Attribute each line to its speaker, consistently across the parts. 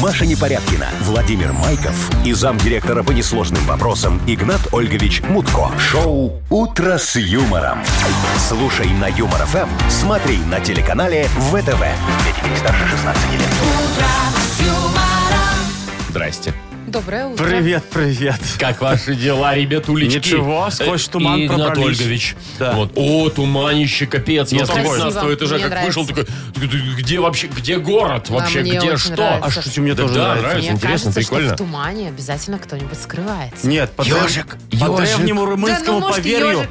Speaker 1: Маша Непорядкина, Владимир Майков и замдиректора по несложным вопросам Игнат Ольгович Мутко. Шоу «Утро с юмором». Слушай на Юмор ФМ, смотри на телеканале ВТВ. детей старше 16 лет.
Speaker 2: Здрасте.
Speaker 3: Доброе утро.
Speaker 4: Привет, привет.
Speaker 2: Как ваши дела, ребятулечки?
Speaker 4: Ничего, сквозь
Speaker 2: Э,
Speaker 4: туман
Speaker 2: Игнат
Speaker 4: пробрались.
Speaker 2: Ольгович.
Speaker 4: Да. Ну,
Speaker 2: Вот. О, туманище, капец. Я с
Speaker 4: такой.
Speaker 2: 15 этажа
Speaker 3: Мне
Speaker 2: как
Speaker 3: нравится.
Speaker 2: вышел, такой, где вообще, где город вообще,
Speaker 3: мне
Speaker 2: где
Speaker 3: очень
Speaker 2: что?
Speaker 3: нравится.
Speaker 4: А что мне
Speaker 2: Да,
Speaker 4: тоже
Speaker 2: да,
Speaker 4: нравится?
Speaker 2: нравится.
Speaker 3: Мне
Speaker 2: интересно,
Speaker 3: кажется,
Speaker 2: прикольно.
Speaker 3: что в тумане обязательно кто-нибудь скрывается.
Speaker 4: Нет, по, древ-
Speaker 2: Ёжик,
Speaker 4: по
Speaker 2: ёжик.
Speaker 4: древнему румынскому
Speaker 3: Да ну, может,
Speaker 4: поверью,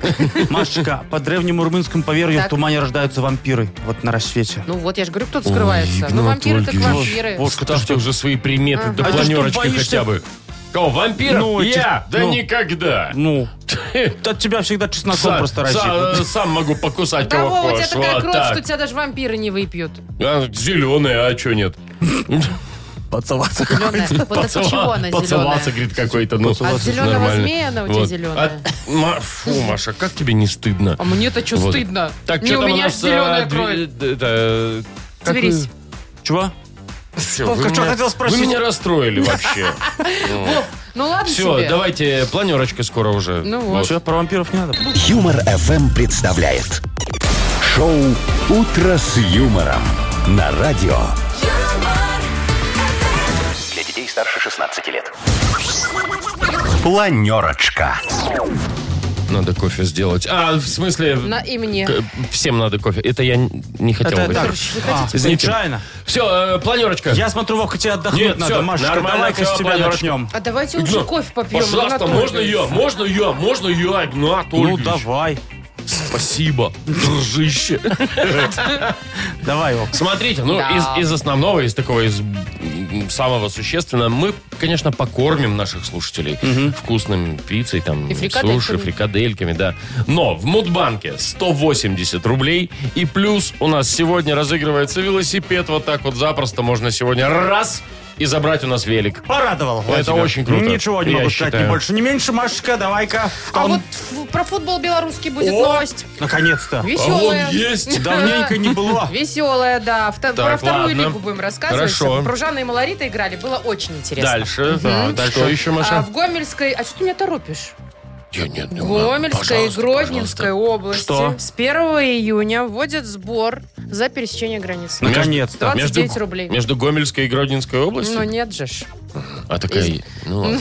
Speaker 4: Машечка, по древнему румынскому поверью
Speaker 3: Так.
Speaker 4: в тумане рождаются вампиры. Вот на рассвете.
Speaker 3: Ну вот, я же говорю, кто-то скрывается. ну,
Speaker 2: Игнат
Speaker 3: вампиры так
Speaker 2: Ольгиевич.
Speaker 3: вампиры.
Speaker 4: Вот.
Speaker 2: Ставьте уже свои приметы, да
Speaker 4: А ты что,
Speaker 2: планерочкой
Speaker 4: боишься?
Speaker 2: хотя бы. Кого, вампиров?
Speaker 4: Ну, этих-
Speaker 2: Я? Да
Speaker 4: ну.
Speaker 2: никогда.
Speaker 4: Ну, от тебя всегда чесноком
Speaker 2: Сам-
Speaker 4: просто
Speaker 2: са-
Speaker 4: разит.
Speaker 2: э, сам могу покусать
Speaker 3: Да,
Speaker 2: кого
Speaker 3: Вова, у тебя
Speaker 2: хочешь.
Speaker 3: такая
Speaker 2: Вот
Speaker 3: кровь,
Speaker 2: так.
Speaker 3: что тебя даже вампиры не выпьют.
Speaker 2: А, зеленая, а чё нет?
Speaker 4: Поцеловаться.
Speaker 3: Зеленая. Вот это чего она зеленая?
Speaker 2: Поцеловаться, говорит, какой-то. Ну,
Speaker 3: От зеленого
Speaker 2: нормально.
Speaker 3: змея она у тебя зеленая.
Speaker 2: А, Ма- фу, Маша, как тебе не стыдно?
Speaker 3: А мне-то что
Speaker 2: Вот.
Speaker 3: стыдно?
Speaker 2: Так,
Speaker 3: не
Speaker 2: чё
Speaker 3: у
Speaker 2: там
Speaker 3: меня
Speaker 2: у
Speaker 3: ж
Speaker 2: нас,
Speaker 3: зеленая
Speaker 2: а,
Speaker 3: кровь.
Speaker 2: дви- э, да,
Speaker 3: Тверись.
Speaker 4: Чего?
Speaker 2: всё,
Speaker 4: Вовка,
Speaker 2: вы
Speaker 4: что
Speaker 2: меня-
Speaker 4: хотел спросить?
Speaker 2: Вы меня расстроили вообще.
Speaker 3: Ну ладно
Speaker 2: Все,
Speaker 3: тебе.
Speaker 2: давайте, планерочка скоро уже.
Speaker 3: Ну вот.
Speaker 4: Чего, про вампиров не надо?
Speaker 1: Юмор ФМ представляет. Шоу «Утро с юмором» на радио. Для детей старше 16 лет. Планерочка.
Speaker 2: Надо кофе сделать. А, в смысле,
Speaker 3: На, и мне.
Speaker 2: к- всем надо кофе. Это я н- не хотел.
Speaker 4: Это так. А,
Speaker 2: Извините.
Speaker 4: Нечаянно.
Speaker 2: Все, планерочка.
Speaker 4: Я смотрю, Вовка, тебе
Speaker 2: Нет,
Speaker 4: отдохнуть
Speaker 2: всё,
Speaker 4: надо. Машечка,
Speaker 2: нормально,
Speaker 4: давай-ка
Speaker 2: всё,
Speaker 4: с тебя
Speaker 2: Валерочка.
Speaker 4: начнем.
Speaker 3: А давайте лучше
Speaker 2: Игнат,
Speaker 3: кофе попьем.
Speaker 2: Пожалуйста,
Speaker 3: Игнат
Speaker 2: можно
Speaker 3: Ольгович.
Speaker 2: я, можно я, можно я, Игнат
Speaker 4: Ну,
Speaker 2: Ольгович?
Speaker 4: давай.
Speaker 2: Спасибо, дружище.
Speaker 4: Давай, Вовка.
Speaker 2: Смотрите, ну,
Speaker 3: Да.
Speaker 2: из, из основного, из такого, из м, самого существенного, мы, конечно, покормим наших слушателей вкусным пиццей, там,
Speaker 3: И
Speaker 2: суши,
Speaker 3: фрикадельками.
Speaker 2: фрикадельками, да. Но в Мудбанке 180 рублей, и плюс у нас сегодня разыгрывается велосипед, вот так вот запросто можно сегодня раз и забрать у нас велик.
Speaker 4: Порадовал.
Speaker 2: Это
Speaker 4: тебя.
Speaker 2: очень круто.
Speaker 4: Ничего не
Speaker 2: Я
Speaker 4: могу сказать,
Speaker 2: считаю.
Speaker 4: ни больше, ни меньше. Машечка, давай-ка. в
Speaker 3: А
Speaker 4: тон.
Speaker 3: вот ф- про футбол белорусский будет
Speaker 2: О! а
Speaker 3: новость.
Speaker 4: Наконец-то.
Speaker 3: Веселая.
Speaker 2: он есть.
Speaker 4: Давненько не было.
Speaker 3: Веселая, да. Вто-
Speaker 2: Так,
Speaker 3: Про вторую
Speaker 2: ладно.
Speaker 3: лигу будем рассказывать.
Speaker 2: Хорошо.
Speaker 3: Пружана и Малорита играли. Было очень интересно.
Speaker 2: Дальше, да,
Speaker 4: Мгм.
Speaker 2: что еще,
Speaker 3: А
Speaker 2: Маша?
Speaker 3: в Гомельской... А что ты меня торопишь?
Speaker 2: Я- нет, не могу.
Speaker 3: Гомельской и
Speaker 2: Пожалуйста,
Speaker 3: Гродненской области
Speaker 4: Что?
Speaker 3: с 1 июня вводят сбор за пересечение границы.
Speaker 4: Ну,
Speaker 2: Между-
Speaker 4: Наконец-то.
Speaker 3: 29
Speaker 2: между-
Speaker 3: рублей.
Speaker 2: Между Гомельской и Гродненской
Speaker 3: Ну
Speaker 2: областью?
Speaker 3: нет же ж.
Speaker 2: А такая... Ну, ладно.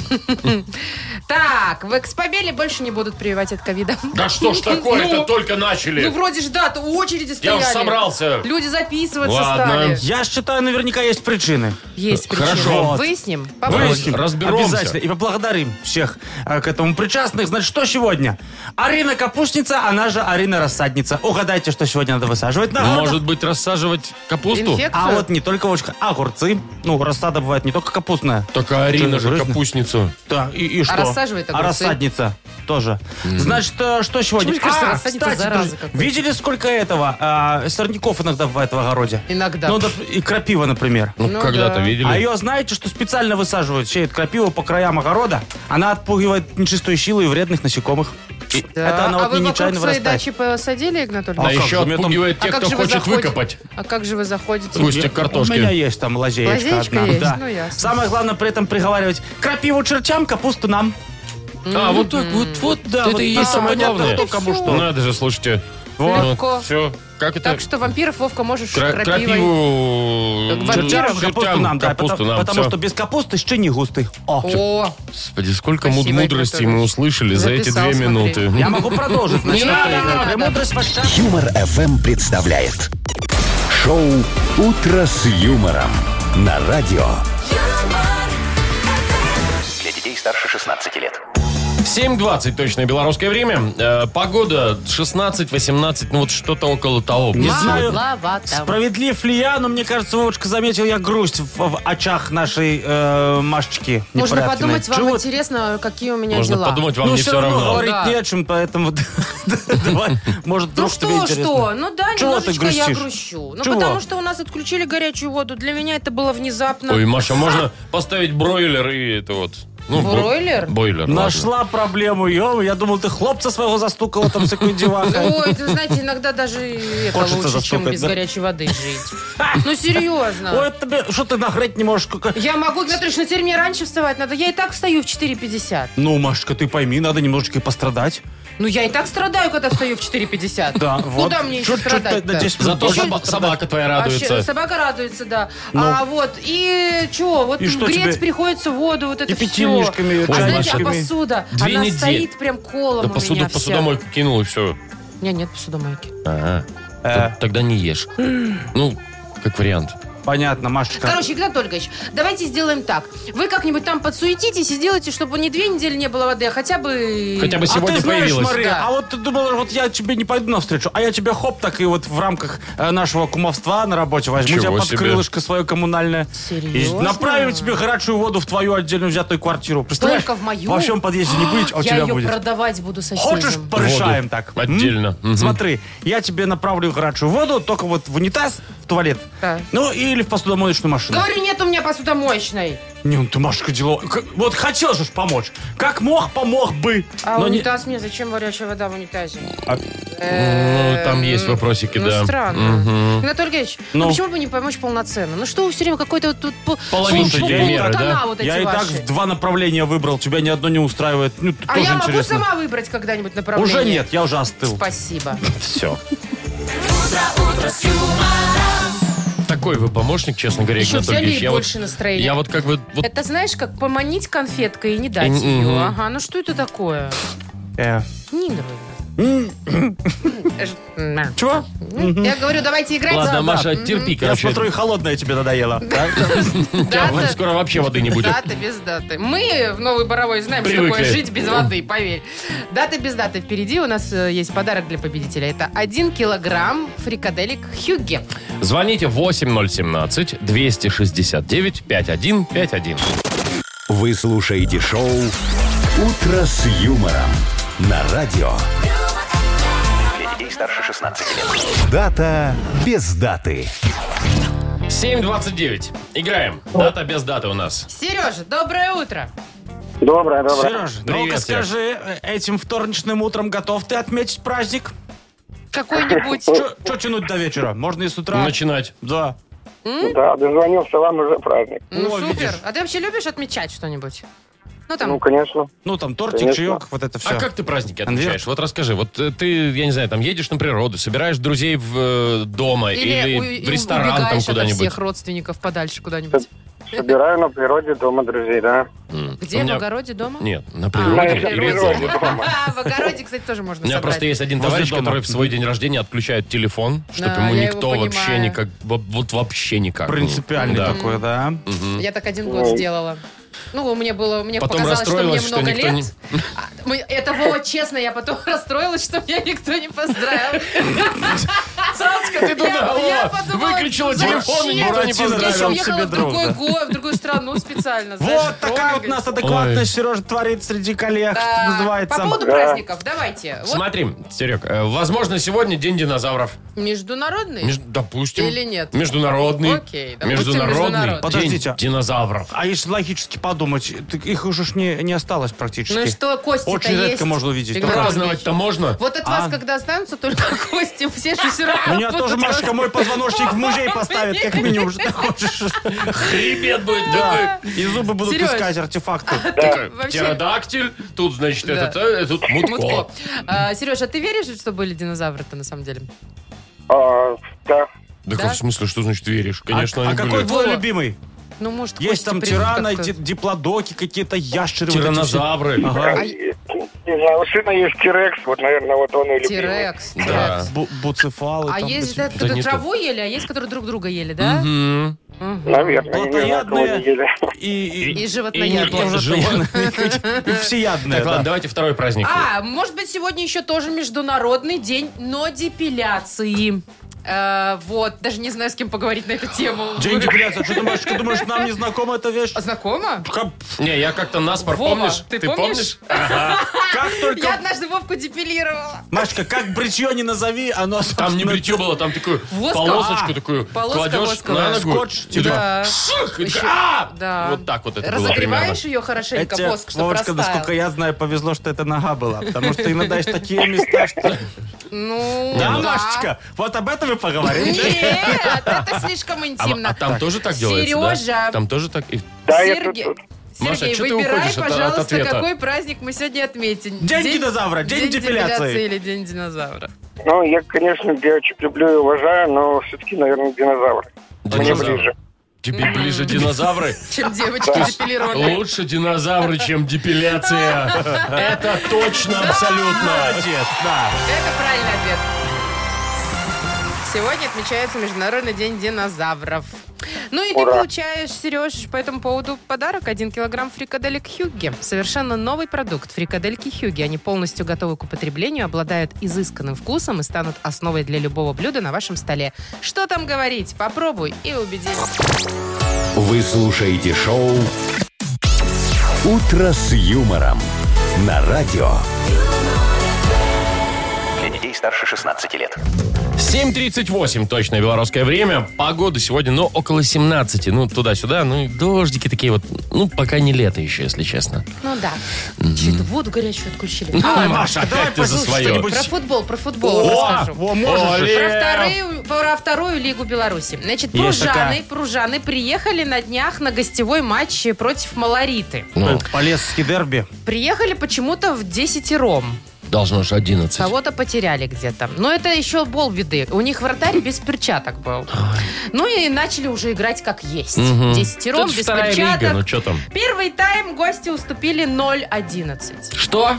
Speaker 3: Так, в Экспобеле больше не будут прививать от ковида.
Speaker 2: Да что ж такое-то,
Speaker 3: Ну,
Speaker 2: только
Speaker 3: Ну
Speaker 2: начали.
Speaker 3: вроде ж да, то очереди
Speaker 2: Я
Speaker 3: стояли.
Speaker 2: уж собрался.
Speaker 3: Люди записываться
Speaker 2: Ладно.
Speaker 3: стали.
Speaker 4: Я считаю, наверняка есть причины.
Speaker 3: Есть причина.
Speaker 2: Хорошо.
Speaker 4: Вот.
Speaker 3: Выясним.
Speaker 2: Выясним.
Speaker 3: Попробуем.
Speaker 2: Ну, Разберемся.
Speaker 4: Обязательно. И поблагодарим всех э, к этому причастных. Значит, что сегодня? Арина Капустница, она же Арина Рассадница. Угадайте, что сегодня надо высаживать на огород.
Speaker 2: Может быть, рассаживать капусту?
Speaker 3: Инфекцию.
Speaker 4: А вот не только очка, огурцы. Ну, рассада бывает не только капустная.
Speaker 2: Только Арина
Speaker 4: Ты
Speaker 2: же
Speaker 4: разрежешь?
Speaker 2: капустницу.
Speaker 4: Да, и, и что?
Speaker 3: рассаживает
Speaker 4: А
Speaker 3: огурцы?
Speaker 4: рассадница тоже. Значит, э, что
Speaker 3: Почему
Speaker 4: сегодня?
Speaker 3: мне кажется,
Speaker 4: А,
Speaker 3: рассадница
Speaker 4: кстати,
Speaker 3: зараза
Speaker 4: друзья,
Speaker 3: какой-то?
Speaker 4: видели, сколько этого? А, сорняков иногда бывает в огороде.
Speaker 3: Иногда.
Speaker 4: Ну, да, и крапива, например.
Speaker 2: Ну,
Speaker 3: Ну
Speaker 2: когда-то
Speaker 3: да.
Speaker 2: видели.
Speaker 4: А ее, знаете, что специально высаживают? Сеют крапиву по краям огорода. Она отпугивает нечистую силу и вредных насекомых. И
Speaker 3: Да.
Speaker 4: Это она
Speaker 3: а
Speaker 4: вот
Speaker 3: вы
Speaker 4: не
Speaker 3: вокруг
Speaker 4: нечаянно
Speaker 3: своей
Speaker 4: вырастает.
Speaker 3: дачи посадили, Игнатолий?
Speaker 2: А
Speaker 4: как
Speaker 2: еще
Speaker 4: же, у меня там-
Speaker 2: отпугивает тех, кто хочет выкопать.
Speaker 3: А как же вы заходите?
Speaker 2: кустик
Speaker 4: У меня
Speaker 2: картошки.
Speaker 4: есть там лазеечка,
Speaker 3: Лазеечка
Speaker 4: одна.
Speaker 3: есть?
Speaker 4: Да.
Speaker 3: Ну, ясно.
Speaker 4: Самое главное при этом приговаривать крапиву чертям, капусту нам.
Speaker 2: А, вот так, вот, вот, да, это и есть
Speaker 4: там
Speaker 2: самое
Speaker 4: понятно,
Speaker 2: главное.
Speaker 4: кто кому что.
Speaker 2: Надо же, слушайте.
Speaker 3: Легко.
Speaker 2: Все, как это?
Speaker 3: Так что вампиров Вовка можешь
Speaker 2: Кра-
Speaker 3: крапивой.
Speaker 2: Крапиву...
Speaker 3: Так,
Speaker 2: м,
Speaker 3: вампирам
Speaker 4: Чертям, капусту нам, да.
Speaker 2: капусту
Speaker 4: потому
Speaker 2: нам,
Speaker 4: потому
Speaker 2: всё.
Speaker 4: что без капусты щи не густы. О.
Speaker 3: О,
Speaker 2: Господи, сколько муд-
Speaker 3: Спасибо,
Speaker 2: мудрости
Speaker 3: Игнат
Speaker 2: мы
Speaker 3: Ольгович.
Speaker 2: услышали за эти
Speaker 3: Записал,
Speaker 2: две
Speaker 3: смотри.
Speaker 2: минуты.
Speaker 4: Я могу продолжить. значит,
Speaker 2: Не надо,
Speaker 4: например.
Speaker 2: надо.
Speaker 4: Премудрость ваша.
Speaker 1: Юмор ФМ представляет. Шоу «Утро с юмором» на радио. Для детей старше 16 лет.
Speaker 2: 7.20 точное белорусское время. Э, погода 16-18, ну вот что-то около того.
Speaker 4: Не
Speaker 2: будет.
Speaker 4: знаю.
Speaker 3: маловато.
Speaker 4: Справедлив ли я, но мне кажется, Вовочка заметил я грусть в, в очах нашей э, Машечки.
Speaker 3: Можно
Speaker 4: Непорядкиной.
Speaker 3: подумать, вам
Speaker 4: Чего ты
Speaker 3: интересно, какие у меня
Speaker 2: Можно
Speaker 3: дела.
Speaker 2: подумать, вам
Speaker 4: ну,
Speaker 2: не
Speaker 4: все,
Speaker 2: все равно.
Speaker 4: говорить
Speaker 3: Да.
Speaker 4: не о чем, поэтому давай, может,
Speaker 3: Ну
Speaker 4: вдруг тебе
Speaker 3: что, что?
Speaker 4: интересно.
Speaker 3: Ну да,
Speaker 4: Чего ты
Speaker 3: немножечко я
Speaker 4: грустишь?
Speaker 3: грущу. Ну
Speaker 4: Чего?
Speaker 3: потому что у нас отключили горячую воду. Для меня это было внезапно.
Speaker 2: Ой, Маша, можно поставить бройлер и это вот Ну, бо-
Speaker 3: Бройлер?
Speaker 2: Бойлер, ладно.
Speaker 4: Нашла проблему, ё Я думал, ты хлопца своего застукала там с секундевахой.
Speaker 3: Ой, ты знаете, иногда даже и это
Speaker 4: Хочется
Speaker 3: лучше, чем
Speaker 4: застукать,
Speaker 3: без
Speaker 4: да?
Speaker 3: горячей воды жить. Ну, серьезно.
Speaker 4: Ой, тебе, что ты нагреть не можешь? Какая-
Speaker 3: Я могу, Игнатович, на теперь мне раньше вставать надо. Я и так встаю в 4.50.
Speaker 4: Ну, Машечка, ты пойми, надо немножечко и пострадать.
Speaker 3: Ну, я и так страдаю, когда встаю в 4.50.
Speaker 4: Да, вот.
Speaker 3: Куда мне еще
Speaker 4: Чуть-чуть
Speaker 3: страдать
Speaker 4: на- на 10 минут
Speaker 2: Зато
Speaker 4: больше
Speaker 2: соба-
Speaker 4: пострадать.
Speaker 2: собака твоя радуется.
Speaker 3: собака радуется, да.
Speaker 4: Ну.
Speaker 3: А вот, и чего? Вот
Speaker 4: И что
Speaker 3: греть
Speaker 4: тебе?
Speaker 3: приходится воду, вот это все.
Speaker 4: пятилишками,
Speaker 3: А знаете, а
Speaker 4: чайничками.
Speaker 3: посуда,
Speaker 2: Две
Speaker 3: она
Speaker 2: недели.
Speaker 3: стоит прям колом
Speaker 2: Да
Speaker 3: у
Speaker 2: посуду
Speaker 3: меня
Speaker 2: посудомойку кинул и все.
Speaker 3: вся. Нет, нет посудомойки.
Speaker 4: Э.
Speaker 2: Т- Тогда не ешь. Ну, как вариант.
Speaker 4: Понятно, Машечка.
Speaker 3: Короче, Игнат Ольгович, давайте сделаем так. Вы как-нибудь там подсуетитесь и сделайте, чтобы не две недели не было воды, а хотя бы...
Speaker 2: Хотя бы
Speaker 4: а
Speaker 2: сегодня
Speaker 4: ты знаешь,
Speaker 2: появилось.
Speaker 4: Мария,
Speaker 3: Да.
Speaker 4: а вот ты думала, вот я тебе не пойду навстречу, а я тебя хоп, так и вот в рамках э, нашего кумовства на работе возьму
Speaker 2: Чего
Speaker 4: тебя под
Speaker 2: себе.
Speaker 4: крылышко свое коммунальное.
Speaker 3: Серьезно?
Speaker 4: И направлю тебе горячую воду в твою отдельно взятую квартиру. Представляешь?
Speaker 3: Только в мою?
Speaker 4: Во всем подъезде не будет, а у
Speaker 3: Я
Speaker 4: тебя
Speaker 3: ее
Speaker 4: будет.
Speaker 3: продавать буду соседям.
Speaker 4: Хочешь, порешаем
Speaker 2: Воду.
Speaker 4: так?
Speaker 2: Отдельно.
Speaker 4: М?
Speaker 2: Мгм.
Speaker 4: Смотри, я тебе направлю горячую воду, только вот в унитаз, в туалет.
Speaker 3: Да.
Speaker 4: Ну, или в посудомоечную машину.
Speaker 3: Говорю, нет у меня посудомоечной.
Speaker 4: Не, ну ты, Машка, дело... К- Вот хотел же ж помочь. Как мог, помог бы.
Speaker 3: А
Speaker 4: Но не-
Speaker 3: унитаз мне зачем горячая вода в унитазе?
Speaker 2: Ну, там есть вопросики,
Speaker 3: Э, Ну,
Speaker 2: да.
Speaker 3: странно. Игнат Ольгович, ну
Speaker 4: Ну.
Speaker 3: почему бы не помочь полноценно? Ну что вы все время какой-то вот тут... по-
Speaker 2: Половинчатые
Speaker 3: Слушай, ну,
Speaker 2: меры,
Speaker 3: полутона
Speaker 2: да?
Speaker 3: вот эти
Speaker 4: Я и так
Speaker 3: ваши.
Speaker 4: в два направления выбрал, тебя ни одно не устраивает. Ну, т-
Speaker 3: А
Speaker 4: тоже
Speaker 3: я могу
Speaker 4: интересно.
Speaker 3: сама выбрать когда-нибудь направление?
Speaker 4: Уже нет, я уже остыл.
Speaker 3: Спасибо.
Speaker 4: Все.
Speaker 2: Такой вы помощник, честно говоря,
Speaker 3: Еще
Speaker 2: Игнат Ольгович.
Speaker 3: взяли и
Speaker 2: Я вот-
Speaker 3: больше настроения.
Speaker 2: Я вот как бы... вот
Speaker 3: Это знаешь, как поманить конфеткой и не дать
Speaker 2: Мгм.
Speaker 3: ее. Ага, ну что это такое?
Speaker 4: Э,
Speaker 3: Не нравится.
Speaker 4: Чего?
Speaker 3: Э, Я говорю, давайте играть.
Speaker 2: Ладно,
Speaker 4: да,
Speaker 2: Маша, терпи,
Speaker 4: Я
Speaker 2: короче.
Speaker 4: смотрю, и холодное тебе надоело.
Speaker 2: У тебя
Speaker 3: Дата-
Speaker 2: скоро вообще воды не будет.
Speaker 3: Дата без даты. Мы в Новой Боровой знаем,
Speaker 2: Привыкли.
Speaker 3: что такое жить без воды, поверь. Дата без даты впереди. У нас э, есть подарок для победителя. Это 1 килограмм фрикаделек Хюгге.
Speaker 2: Звоните 8017-269-5151.
Speaker 1: Вы слушаете шоу «Утро с юмором» на радио. Для детей старше 16 лет. Дата без даты.
Speaker 2: 7.29. Играем. Дата без даты у нас.
Speaker 3: Сережа, доброе утро.
Speaker 5: Доброе, доброе.
Speaker 4: Сереж, ну-ка
Speaker 2: Привет,
Speaker 4: скажи, э, этим вторничным утром готов ты отметить праздник?
Speaker 3: Какой-нибудь...
Speaker 4: Че тянуть до вечера? Можно и с утра.
Speaker 2: Начинать.
Speaker 4: Да.
Speaker 5: Да, дозвонился вам уже праздник.
Speaker 3: Ну,
Speaker 4: О,
Speaker 3: супер.
Speaker 4: видишь.
Speaker 3: А ты вообще любишь отмечать что-нибудь? Ну, там,
Speaker 5: Ну, конечно.
Speaker 4: Ну, там тортик,
Speaker 5: Конечно.
Speaker 4: чаек, вот это все.
Speaker 2: А как ты праздники
Speaker 4: Конверт.
Speaker 2: отмечаешь? Вот расскажи, вот э, ты, я не знаю, там едешь на природу, собираешь друзей в, э, дома или,
Speaker 3: или, у-
Speaker 2: в ресторан там
Speaker 3: убегаешь от
Speaker 2: куда-нибудь.
Speaker 3: всех родственников подальше куда-нибудь.
Speaker 5: Собираю на природе дома друзей, да.
Speaker 2: М.
Speaker 3: Где,
Speaker 2: У меня-
Speaker 3: в А, огороде, дома?
Speaker 2: Нет, на природе
Speaker 5: На
Speaker 2: и рядом.
Speaker 5: природе. дома.
Speaker 3: А, в огороде, кстати, тоже
Speaker 2: У
Speaker 3: можно
Speaker 2: меня
Speaker 3: собрать.
Speaker 2: просто есть один
Speaker 4: Возле
Speaker 2: товарищ,
Speaker 4: дома.
Speaker 2: который в свой день рождения отключает телефон, чтобы
Speaker 3: Да,
Speaker 2: ему
Speaker 3: я его
Speaker 2: никто вообще
Speaker 3: понимаю.
Speaker 2: никак, вот, вот вообще никак. ну.
Speaker 4: Принципиальный
Speaker 2: Да.
Speaker 4: такой, да.
Speaker 3: Я так один год сделала. Ну, мне было, мне
Speaker 2: Потом
Speaker 3: показалось, что мне
Speaker 2: расстроилась, что
Speaker 3: много
Speaker 2: никто
Speaker 3: лет. А, мы- Это вот, честно, я потом расстроилась, что меня никто не поздравил.
Speaker 2: Цацка, ты
Speaker 3: Я- я подумала,
Speaker 2: Выключила
Speaker 3: зачем?
Speaker 2: телефон и никто не
Speaker 4: Буратино
Speaker 2: поздравил.
Speaker 3: Я еще
Speaker 4: Поздравил
Speaker 3: уехала
Speaker 4: себе
Speaker 3: в другой
Speaker 4: друга.
Speaker 3: город, в другую страну специально. знаешь,
Speaker 4: Вот такая вот у нас
Speaker 3: трогать.
Speaker 4: адекватность,
Speaker 2: Ой.
Speaker 4: Сережа, творит среди коллег,
Speaker 3: Так,
Speaker 4: что называется.
Speaker 3: По поводу
Speaker 5: Да.
Speaker 3: праздников, давайте. Вот
Speaker 2: Смотри, Серег, э, возможно, сегодня день динозавров.
Speaker 3: международный?
Speaker 2: Между- допустим.
Speaker 3: Или нет?
Speaker 2: Международный.
Speaker 3: Окей, допустим,
Speaker 2: международный
Speaker 3: международный.
Speaker 2: день
Speaker 4: Подождите.
Speaker 2: динозавров.
Speaker 4: А если логически подумать, так их уже ж не, не осталось практически.
Speaker 3: Ну и что, кости-то
Speaker 4: Очень редко
Speaker 3: есть?
Speaker 4: можно увидеть.
Speaker 3: Игра.
Speaker 4: Только-
Speaker 2: Праздновать-то можно?
Speaker 3: Вот от
Speaker 4: А?
Speaker 3: вас, когда останутся только кости, все же все равно
Speaker 4: У меня
Speaker 3: будут
Speaker 4: тоже, Машка, мой позвоночник в музей поставит, как минимум, что ты хочешь.
Speaker 2: Хребет будет
Speaker 4: Да. И зубы будут
Speaker 3: Серёж.
Speaker 4: искать артефакты.
Speaker 3: А
Speaker 2: такой.
Speaker 3: Вообще-
Speaker 2: Птеродактиль, тут, значит,
Speaker 3: Да.
Speaker 2: этот, э, тут мутко.
Speaker 3: Мутко. А, Сереж, а ты веришь, что были динозавры-то на самом деле?
Speaker 5: А, да.
Speaker 2: Да,
Speaker 3: Да?
Speaker 2: в смысле, что значит веришь? Конечно,
Speaker 4: а, а
Speaker 2: они
Speaker 4: какой
Speaker 2: были.
Speaker 4: твой
Speaker 3: Во.
Speaker 4: любимый?
Speaker 3: Ну, может,
Speaker 4: Есть
Speaker 3: кости
Speaker 4: там
Speaker 3: придут
Speaker 4: тираны,
Speaker 3: как-то.
Speaker 4: ди- диплодоки какие-то, ящеры. вот эти
Speaker 2: Тиранозавры.
Speaker 4: все. Ага.
Speaker 5: А, и- Не знаю, у сына есть Тирекс, вот, наверное, вот он и любимый.
Speaker 3: Тирекс.
Speaker 2: Да.
Speaker 3: Тирекс.
Speaker 4: Бу- буцефалы.
Speaker 3: А
Speaker 4: там
Speaker 3: есть,
Speaker 4: эти.
Speaker 3: да, кто-то
Speaker 2: не то.
Speaker 3: траву ели, а есть, которые друг друга ели, да?
Speaker 2: Мгм.
Speaker 3: Мгм.
Speaker 5: Наверное, я не знаю, кого
Speaker 4: Плотоядные
Speaker 5: они ели.
Speaker 4: и, и,
Speaker 3: И
Speaker 2: нет,
Speaker 3: животноедные.
Speaker 2: тоже
Speaker 4: животные.
Speaker 2: животные.
Speaker 4: и всеядные.
Speaker 2: Так, ладно,
Speaker 4: да.
Speaker 2: давайте второй праздник.
Speaker 3: А, может быть, сегодня еще тоже международный день, но депиляции. Э, вот, даже не знаю, с кем поговорить на эту тему.
Speaker 4: Деньги, блядь, а что ты, Машечка, думаешь, нам не знакома эта вещь?
Speaker 3: А Знакомо?
Speaker 4: Как,
Speaker 2: Не, я как-то наспор,
Speaker 3: Вова,
Speaker 2: помнишь?
Speaker 3: ты помнишь?
Speaker 4: как
Speaker 3: Я
Speaker 4: только...
Speaker 3: однажды Вовку депилировала.
Speaker 4: Машечка, как бритье не назови, оно...
Speaker 2: Там не
Speaker 4: собственно,
Speaker 2: бритье было, там такую
Speaker 3: ну, Воска.
Speaker 2: полосочку
Speaker 4: А,
Speaker 2: такую
Speaker 3: полоска
Speaker 2: кладешь
Speaker 3: восковая.
Speaker 2: на ногу.
Speaker 4: Скотч,
Speaker 2: и
Speaker 4: типа.
Speaker 2: так
Speaker 3: Да.
Speaker 2: ших, и
Speaker 3: Еще-
Speaker 2: так, а!
Speaker 3: Да.
Speaker 2: Вот так вот это было примерно.
Speaker 3: Разогреваешь ее хорошенько,
Speaker 4: Это,
Speaker 3: воск, что
Speaker 4: Вовочка,
Speaker 3: простаял.
Speaker 4: насколько я знаю, повезло, что это нога была. Потому что иногда есть такие места, что...
Speaker 3: Ну,
Speaker 4: Да, Машечка, вот об этом и поговорим. да?
Speaker 3: Нет, это слишком
Speaker 2: А,
Speaker 3: интимно.
Speaker 2: а там тоже так делается, да?
Speaker 3: Сережа.
Speaker 2: Там тоже так. и-
Speaker 5: Да, я
Speaker 3: Серге-
Speaker 5: тут-
Speaker 2: Маша,
Speaker 3: Сергей,
Speaker 2: чё ты
Speaker 3: выбирай,
Speaker 2: уходишь от- от
Speaker 3: пожалуйста,
Speaker 2: ответа?
Speaker 3: какой праздник мы сегодня отметим.
Speaker 4: День динозавра, день депиляции.
Speaker 3: или день динозавра.
Speaker 5: Ну, я, конечно, девочек люблю и уважаю, но все-таки, наверное, динозавры. Мне
Speaker 2: Динозавр.
Speaker 5: ближе.
Speaker 2: Тебе ближе динозавры?
Speaker 3: Чем девочки депилированные.
Speaker 2: Лучше динозавры, чем депиляция. Это точно абсолютно.
Speaker 4: Молодец, да.
Speaker 3: Это правильный ответ. Сегодня отмечается Международный день динозавров. Ну и ты
Speaker 5: Ура.
Speaker 3: получаешь, Сереж, по этому поводу подарок. Один килограмм фрикаделек Хюгге. Совершенно новый продукт. Фрикадельки Хюгге. Они полностью готовы к употреблению, обладают изысканным вкусом и станут основой для любого блюда на вашем столе. Что там говорить? Попробуй и убедись.
Speaker 1: Вы слушаете шоу «Утро с юмором» на радио.
Speaker 6: Для детей старше 16 лет.
Speaker 2: 7.38 точное белорусское время. Погода сегодня, ну, около 17. Ну, туда-сюда. Ну, и дождики такие вот. Ну, пока не лето еще, если честно.
Speaker 3: Ну да. Чё-то воду горячую отключили.
Speaker 2: Ой, Маша, опять ты за свое.
Speaker 3: Про футбол, про футбол расскажу.
Speaker 4: О, можешь же.
Speaker 3: Про вторую, про вторую лигу Беларуси. Значит, пружаны,
Speaker 4: такая.
Speaker 3: пружаны приехали на днях на гостевой матч против Малориты.
Speaker 2: Ну,
Speaker 4: Полесский дерби.
Speaker 3: Приехали почему-то в десятером.
Speaker 2: должно же 11.
Speaker 3: Кого-то потеряли где-то. Но это еще полбеды. У них вратарь без перчаток был. Ну и начали уже играть как есть.
Speaker 2: Мгм.
Speaker 3: Десятером,
Speaker 2: Тут
Speaker 3: без
Speaker 2: вторая
Speaker 3: перчаток.
Speaker 2: лига, ну что там?
Speaker 3: Первый тайм гости уступили 0-11.
Speaker 2: Что?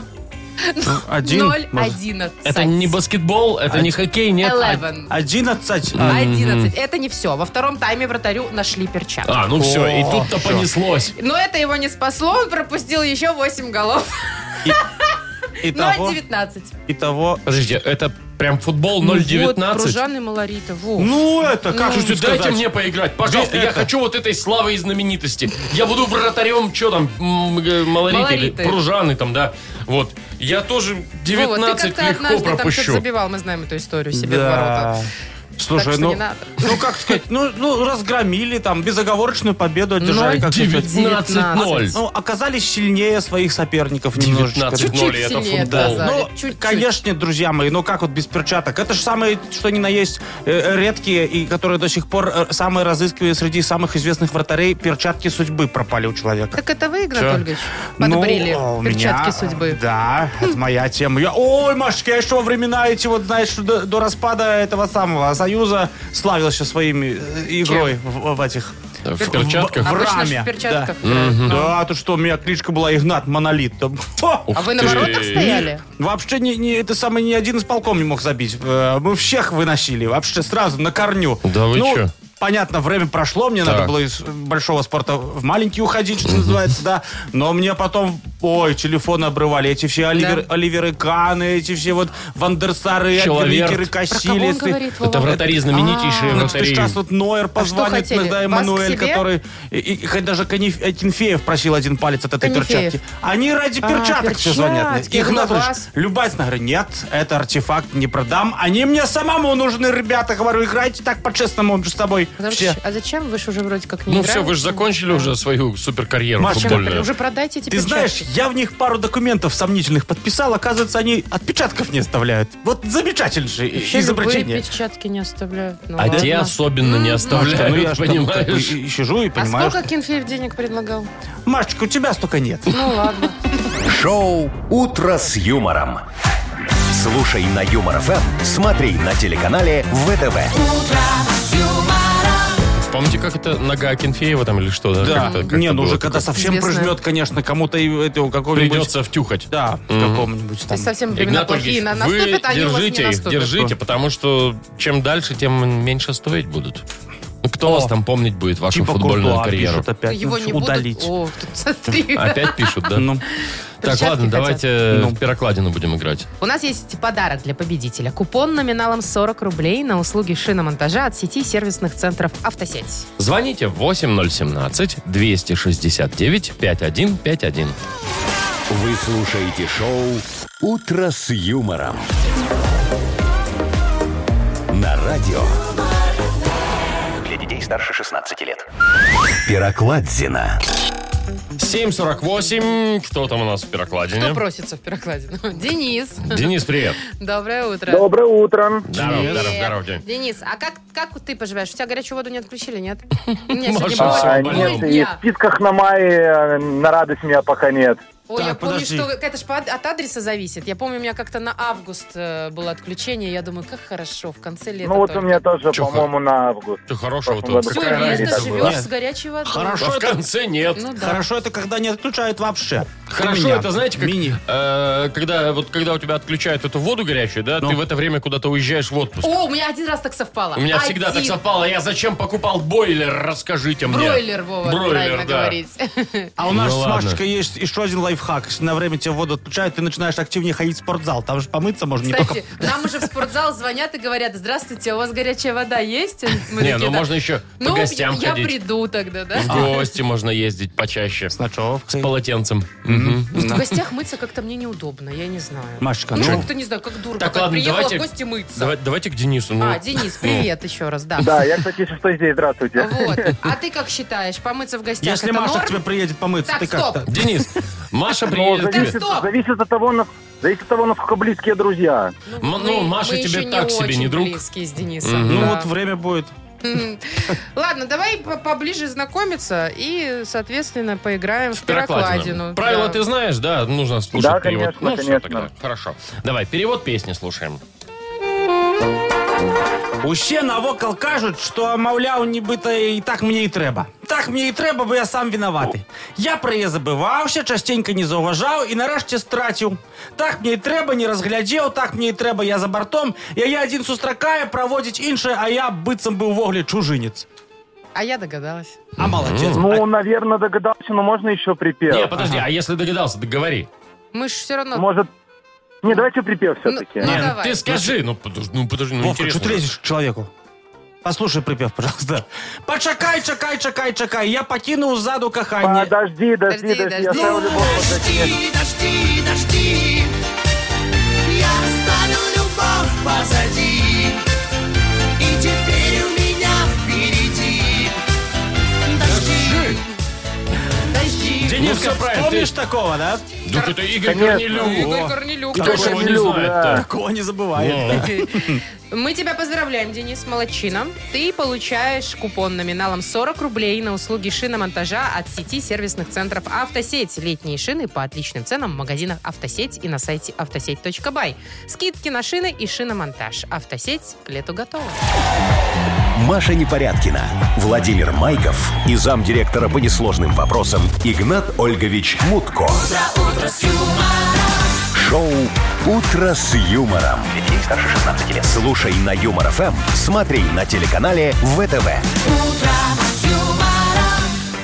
Speaker 4: Один. может.
Speaker 3: 0-11.
Speaker 2: Это не баскетбол, это не хоккей, нет. а-
Speaker 3: 11.
Speaker 4: Одиннадцать. а,
Speaker 3: 11. Это не все. Во втором тайме вратарю нашли перчатки.
Speaker 2: А, ну все, и
Speaker 4: О,
Speaker 2: тут-то
Speaker 4: всё.
Speaker 2: понеслось.
Speaker 3: Но это его не спасло, он пропустил еще 8 голов. Ну, а
Speaker 4: Итого.
Speaker 3: 0-19.
Speaker 4: Итого.
Speaker 2: Подождите, это прям футбол
Speaker 3: Ну Вот,
Speaker 2: 0.19?
Speaker 3: пружаны Малорита. Во.
Speaker 4: Ну, это как
Speaker 2: Слушайте,
Speaker 4: же
Speaker 2: дайте
Speaker 4: сказать?
Speaker 2: мне поиграть, пожалуйста.
Speaker 4: Где
Speaker 2: Я
Speaker 4: это?
Speaker 2: хочу вот этой славы и знаменитости. Я буду вратарем, что там, м, э, малориты или
Speaker 3: Малориты.
Speaker 2: пружаны там, да. Вот. Я тоже
Speaker 3: Вова, Ну ты
Speaker 2: 19
Speaker 3: как-то
Speaker 2: легко
Speaker 3: однажды там что-то
Speaker 2: пропущу.
Speaker 3: забивал, мы знаем эту историю себе в
Speaker 4: Да.
Speaker 3: ворота. Так
Speaker 4: Слушай,
Speaker 3: что
Speaker 4: ну,
Speaker 3: не надо.
Speaker 4: ну как сказать, ну, ну разгромили там, безоговорочную победу одержали, как сказать.
Speaker 2: 19-0.
Speaker 4: Ну, оказались сильнее своих соперников немножечко.
Speaker 2: 19.
Speaker 3: Чуть-чуть
Speaker 2: Ноль, это
Speaker 3: сильнее
Speaker 2: футбол.
Speaker 3: отказали.
Speaker 4: Ну,
Speaker 3: Чуть-чуть.
Speaker 4: конечно, друзья мои, ну как вот без перчаток? Это же самые, что ни на есть, э, редкие и которые до сих пор э, самые разыскиваемые среди самых известных вратарей перчатки судьбы пропали у человека.
Speaker 3: Так это вы, Игнат
Speaker 2: Чё?
Speaker 3: Ольгович,
Speaker 4: Ну,
Speaker 3: подбрили
Speaker 4: а у
Speaker 3: перчатки
Speaker 4: меня,
Speaker 3: судьбы.
Speaker 4: Да, это моя тема. Я, ой, Машка, я еще во времена эти вот, знаешь, до, до распада этого самого Союза славился своими э, игрой в, в этих...
Speaker 2: В перчатках.
Speaker 4: в-
Speaker 3: Обычно же
Speaker 4: раме,
Speaker 3: в перчатках. Ну.
Speaker 4: да.
Speaker 3: играют.
Speaker 4: Да, то что, у меня кличка была Игнат Монолит. Там, фу.
Speaker 3: А вы на
Speaker 2: Ух ты. э,
Speaker 3: воротах стояли?
Speaker 4: Вообще ни, ни- это самый ни один из полком не мог забить. Э, Мы всех выносили. Вообще сразу на корню.
Speaker 2: Да вы
Speaker 4: ну,
Speaker 2: чё?
Speaker 4: Понятно, время прошло, мне
Speaker 2: Так.
Speaker 4: надо было из большого спорта в маленький уходить, что называется, да. Но мне потом, ой, телефоны обрывали. Эти все Оливер- Оливеры Каны, эти все вот Вандерсары,
Speaker 2: Человерт.
Speaker 4: Альгрикеры,
Speaker 3: Про кого он
Speaker 4: Кассилисы.
Speaker 3: говорит,
Speaker 2: Это
Speaker 3: Вова?
Speaker 2: вратари
Speaker 3: А,
Speaker 2: знаменитейшие
Speaker 4: Ну, что
Speaker 2: вратари.
Speaker 4: сейчас вот Нойер позвонит
Speaker 3: хотели?
Speaker 4: иногда
Speaker 3: Вас к
Speaker 4: Эммануэль,
Speaker 3: себе?
Speaker 4: который... И, и- хоть даже Каниф- э, Кинфеев просил один палец от этой
Speaker 3: Канифеев.
Speaker 4: перчатки. Они ради
Speaker 3: А,
Speaker 4: перчаток все звонят.
Speaker 3: перчатки,
Speaker 4: Их
Speaker 3: ну,
Speaker 4: надо...
Speaker 3: вас.
Speaker 4: Любая говорит, нет, это артефакт не продам. Они мне самому нужны, ребята. Говорю, играйте так по-честному между собой.
Speaker 3: Потому
Speaker 4: Все.
Speaker 3: что- А зачем? Вы же уже вроде как не
Speaker 2: Ну все,
Speaker 3: играете.
Speaker 2: вы же закончили уже свою суперкарьеру
Speaker 4: Маша,
Speaker 2: футбольную.
Speaker 3: Уже продайте эти
Speaker 4: Ты знаешь,
Speaker 3: перчатки.
Speaker 4: я в них пару документов сомнительных подписал. Оказывается, они отпечатков не оставляют. Вот замечательнейшее
Speaker 3: Вообще
Speaker 4: изобретение.
Speaker 3: любые перчатки не оставляют. Ну,
Speaker 2: А те
Speaker 3: ладно.
Speaker 2: особенно не
Speaker 4: Машка, ну я
Speaker 2: оставляют,
Speaker 4: ж там как бы
Speaker 2: понимаешь?
Speaker 4: и- и сижу и
Speaker 3: А
Speaker 4: понимаю,
Speaker 3: сколько Кинфеев денег предлагал?
Speaker 4: что- Машечка, у тебя столько нет.
Speaker 3: Ну ладно.
Speaker 1: Шоу «Утро с юмором». Слушай на Юмор ФМ, смотри на телеканале ВТВ.
Speaker 2: Помните, как это нога Акинфеева там или что?
Speaker 4: Да,
Speaker 2: как-то- как-то
Speaker 4: не, ну
Speaker 2: было
Speaker 4: уже
Speaker 2: такое?
Speaker 4: когда совсем
Speaker 3: Известное.
Speaker 4: прижмет, конечно, кому-то и это у какого-нибудь...
Speaker 2: Придется втюхать.
Speaker 4: Да, в каком-нибудь
Speaker 3: То
Speaker 4: там.
Speaker 3: есть совсем времена
Speaker 2: Игнат
Speaker 3: плохие.
Speaker 2: Ольгич,
Speaker 3: На-
Speaker 2: вы
Speaker 3: Наступят, они у вас не
Speaker 2: держите их,
Speaker 3: наступят.
Speaker 2: держите, потому что чем дальше, тем меньше стоить будут. Ну, Кто вас там помнить будет, вашу
Speaker 4: Типа
Speaker 2: футбольную
Speaker 4: Куртуа
Speaker 2: карьеру?
Speaker 4: пишут опять.
Speaker 3: Его
Speaker 4: Ну,
Speaker 3: не
Speaker 4: удалить.
Speaker 3: будут... О, тут смотри.
Speaker 2: Опять пишут, да?
Speaker 4: Ну,
Speaker 2: так,
Speaker 3: перчатки
Speaker 2: ладно,
Speaker 3: хотят.
Speaker 2: давайте
Speaker 4: Ну.
Speaker 2: в пирокладину будем играть.
Speaker 3: У нас есть подарок для победителя. Купон номиналом 40 рублей на услуги шиномонтажа от сети сервисных центров «Автосеть».
Speaker 2: Звоните 8017-269-5151.
Speaker 1: Вы слушаете шоу «Утро с юмором». На радио
Speaker 6: Для детей старше 16 лет.
Speaker 1: Пирокладзина.
Speaker 2: 748. Кто там у нас в пирокладине?
Speaker 3: Кто просится в пирокладину? Денис.
Speaker 2: Денис, привет.
Speaker 3: Доброе утро.
Speaker 5: Доброе утро.
Speaker 2: Здорово,
Speaker 3: Привет.
Speaker 2: здорово, здорово, День.
Speaker 3: Денис, а как, как ты поживаешь? У тебя горячую воду не отключили, нет? У меня
Speaker 2: Маша,
Speaker 3: сегодня
Speaker 2: всё,
Speaker 3: было-
Speaker 5: А,
Speaker 2: болел.
Speaker 5: нет, и в списках на мае э, на радость меня пока нет.
Speaker 3: Ой, я
Speaker 4: Так,
Speaker 3: помню,
Speaker 4: подожди.
Speaker 3: что это же от адреса зависит. Я помню, у меня как-то на август э, было отключение. Я думаю, как хорошо, в конце лета.
Speaker 5: ну вот у меня тоже,
Speaker 2: Чё,
Speaker 5: по-моему, на август.
Speaker 2: Ты хорошего
Speaker 5: Прошлом
Speaker 2: то
Speaker 3: Все
Speaker 5: году. какая
Speaker 3: лето
Speaker 5: разница
Speaker 3: живешь
Speaker 5: была?
Speaker 3: с горячей водой.
Speaker 4: Хорошо.
Speaker 2: А в конце нет.
Speaker 3: Ну да.
Speaker 4: Хорошо это, когда не отключают вообще.
Speaker 2: Хорошо,
Speaker 4: У меня.
Speaker 2: это знаете, как,
Speaker 4: Мини.
Speaker 2: э, когда, вот, когда у тебя отключают эту воду горячую, да,
Speaker 4: Ну.
Speaker 2: ты в это время куда-то уезжаешь в отпуск.
Speaker 3: О, у меня один раз так совпало.
Speaker 2: У меня всегда так
Speaker 3: Один.
Speaker 2: совпало. Я зачем покупал бойлер? Расскажите мне.
Speaker 3: Бройлер, Вова,
Speaker 2: Бройлер,
Speaker 3: правильно
Speaker 2: да.
Speaker 3: говорить.
Speaker 4: А у нас
Speaker 2: Ну
Speaker 4: с
Speaker 2: ладно.
Speaker 4: Машечкой есть еще один лайфхак. Если на время тебе воду отключают, ты начинаешь активнее ходить в спортзал. Там же помыться можно не только...
Speaker 3: Кстати, нам уже в спортзал звонят и говорят, здравствуйте, у вас горячая вода есть? Мы
Speaker 2: Не,
Speaker 3: такие,
Speaker 2: ну
Speaker 3: «Да».
Speaker 2: можно еще
Speaker 3: Ну,
Speaker 2: по гостям
Speaker 3: я
Speaker 2: ходить.
Speaker 3: приду тогда, да?
Speaker 2: В гости можно ездить почаще.
Speaker 4: С ночевкой.
Speaker 2: С полотенцем. Мгм.
Speaker 3: В гостях мыться как-то мне неудобно, я не знаю.
Speaker 4: Машечка,
Speaker 3: ну,
Speaker 4: ну-
Speaker 3: как-то не знаю, как дура.
Speaker 2: Так,
Speaker 3: какая.
Speaker 2: ладно,
Speaker 3: Приехала
Speaker 2: давайте-
Speaker 3: в гости мыться.
Speaker 2: Давай- давайте к Денису. ну.
Speaker 3: А, Денис, привет еще раз, да.
Speaker 5: Да, я, кстати, шестой здесь, здравствуйте.
Speaker 3: Вот. А ты как считаешь, помыться в гостях
Speaker 4: Если
Speaker 3: это
Speaker 4: Маша
Speaker 3: норм?
Speaker 4: к тебе приедет помыться,
Speaker 3: Так,
Speaker 4: ты
Speaker 3: стоп.
Speaker 4: как-то...
Speaker 2: Денис, Маша
Speaker 5: Но
Speaker 2: приедет к тебе.
Speaker 5: зависит,
Speaker 3: стоп!
Speaker 5: зависит от того, на- зависит от того, насколько близкие друзья.
Speaker 2: М- ну, Маша тебе
Speaker 3: еще
Speaker 2: так
Speaker 3: не
Speaker 2: себе,
Speaker 3: очень
Speaker 2: не друг.
Speaker 3: близкие с Денисом.
Speaker 4: Ну
Speaker 3: да.
Speaker 4: вот время будет.
Speaker 3: Ладно, давай по- поближе знакомиться и, соответственно, поиграем в
Speaker 2: Пирокладина.
Speaker 3: пирокладину.
Speaker 2: Правила
Speaker 3: Да.
Speaker 2: ты знаешь, да? Нужно слушать
Speaker 5: Да,
Speaker 2: перевод.
Speaker 5: конечно,
Speaker 2: ну, всё
Speaker 5: конечно.
Speaker 2: тогда. Хорошо. Давай, перевод песни слушаем.
Speaker 4: Уще на вокал кажуть, що, мовляв, нібито і так мені і треба. Так мені і треба, бо я сам винуватий. Я про її забивався, частенько не зауважав і нарешті стратив. Так мені і треба, не розглядів, так мені і треба, я за бортом. Я я один сустракаю, проводить інше, а я быцем був воглі чужинець.
Speaker 3: А я догадалась.
Speaker 4: А молодець.
Speaker 5: Ну, наверное, догадался, но можно еще припев.
Speaker 2: Не, подожди, а если догадался, договори.
Speaker 3: Мы же все равно...
Speaker 5: Может... Не, давайте припев
Speaker 3: Ну,
Speaker 5: все-таки.
Speaker 2: Не,
Speaker 3: ну,
Speaker 2: ну
Speaker 3: давай.
Speaker 2: ты скажи, ну подожди, ну подожди,
Speaker 4: А,
Speaker 2: ну
Speaker 4: Вовка,
Speaker 2: интересно
Speaker 4: що ти
Speaker 2: же.
Speaker 4: лезеш к чоловіку? Послушай припев, пожалуйста. Почекай, чекай, чекай, чекай. Я покинув ззаду кохання.
Speaker 5: Подожди, подожди,
Speaker 3: Подожди,
Speaker 5: подожди, я
Speaker 3: подожди.
Speaker 5: ставлю любовь под закинет.
Speaker 7: дожди, дожди, я оставлю любовь позади, и теперь у меня впереди дожди, дожди.
Speaker 2: Денис, все Ну, правильно.
Speaker 4: Помнишь
Speaker 2: Ты,
Speaker 4: такого, да?
Speaker 2: так это Игорь
Speaker 5: Конечно.
Speaker 2: Корнелюк.
Speaker 3: Игорь Корнелюк.
Speaker 2: Кто ж
Speaker 5: Игорь
Speaker 2: его не
Speaker 5: Корнелюк,
Speaker 2: знает-то?
Speaker 4: Такого не забывай.
Speaker 2: Ну.
Speaker 3: Мы тебя поздравляем, Денис Молодчина. Ты получаешь купон номиналом 40 рублей на услуги шиномонтажа от сети сервисных центров «Автосеть». Летние шины по отличным ценам в магазинах «Автосеть» и на сайте автосеть.бай. Скидки на шины и шиномонтаж. «Автосеть» к лету готова.
Speaker 1: Маша Непорядкина, Владимир Майков и замдиректора по несложным вопросам Игнат Ольгович Мутко. Шоу «Утро с юмором».
Speaker 6: Для детей старше 16 лет.
Speaker 1: Слушай на Юмор ФМ, смотри на телеканале ВТВ.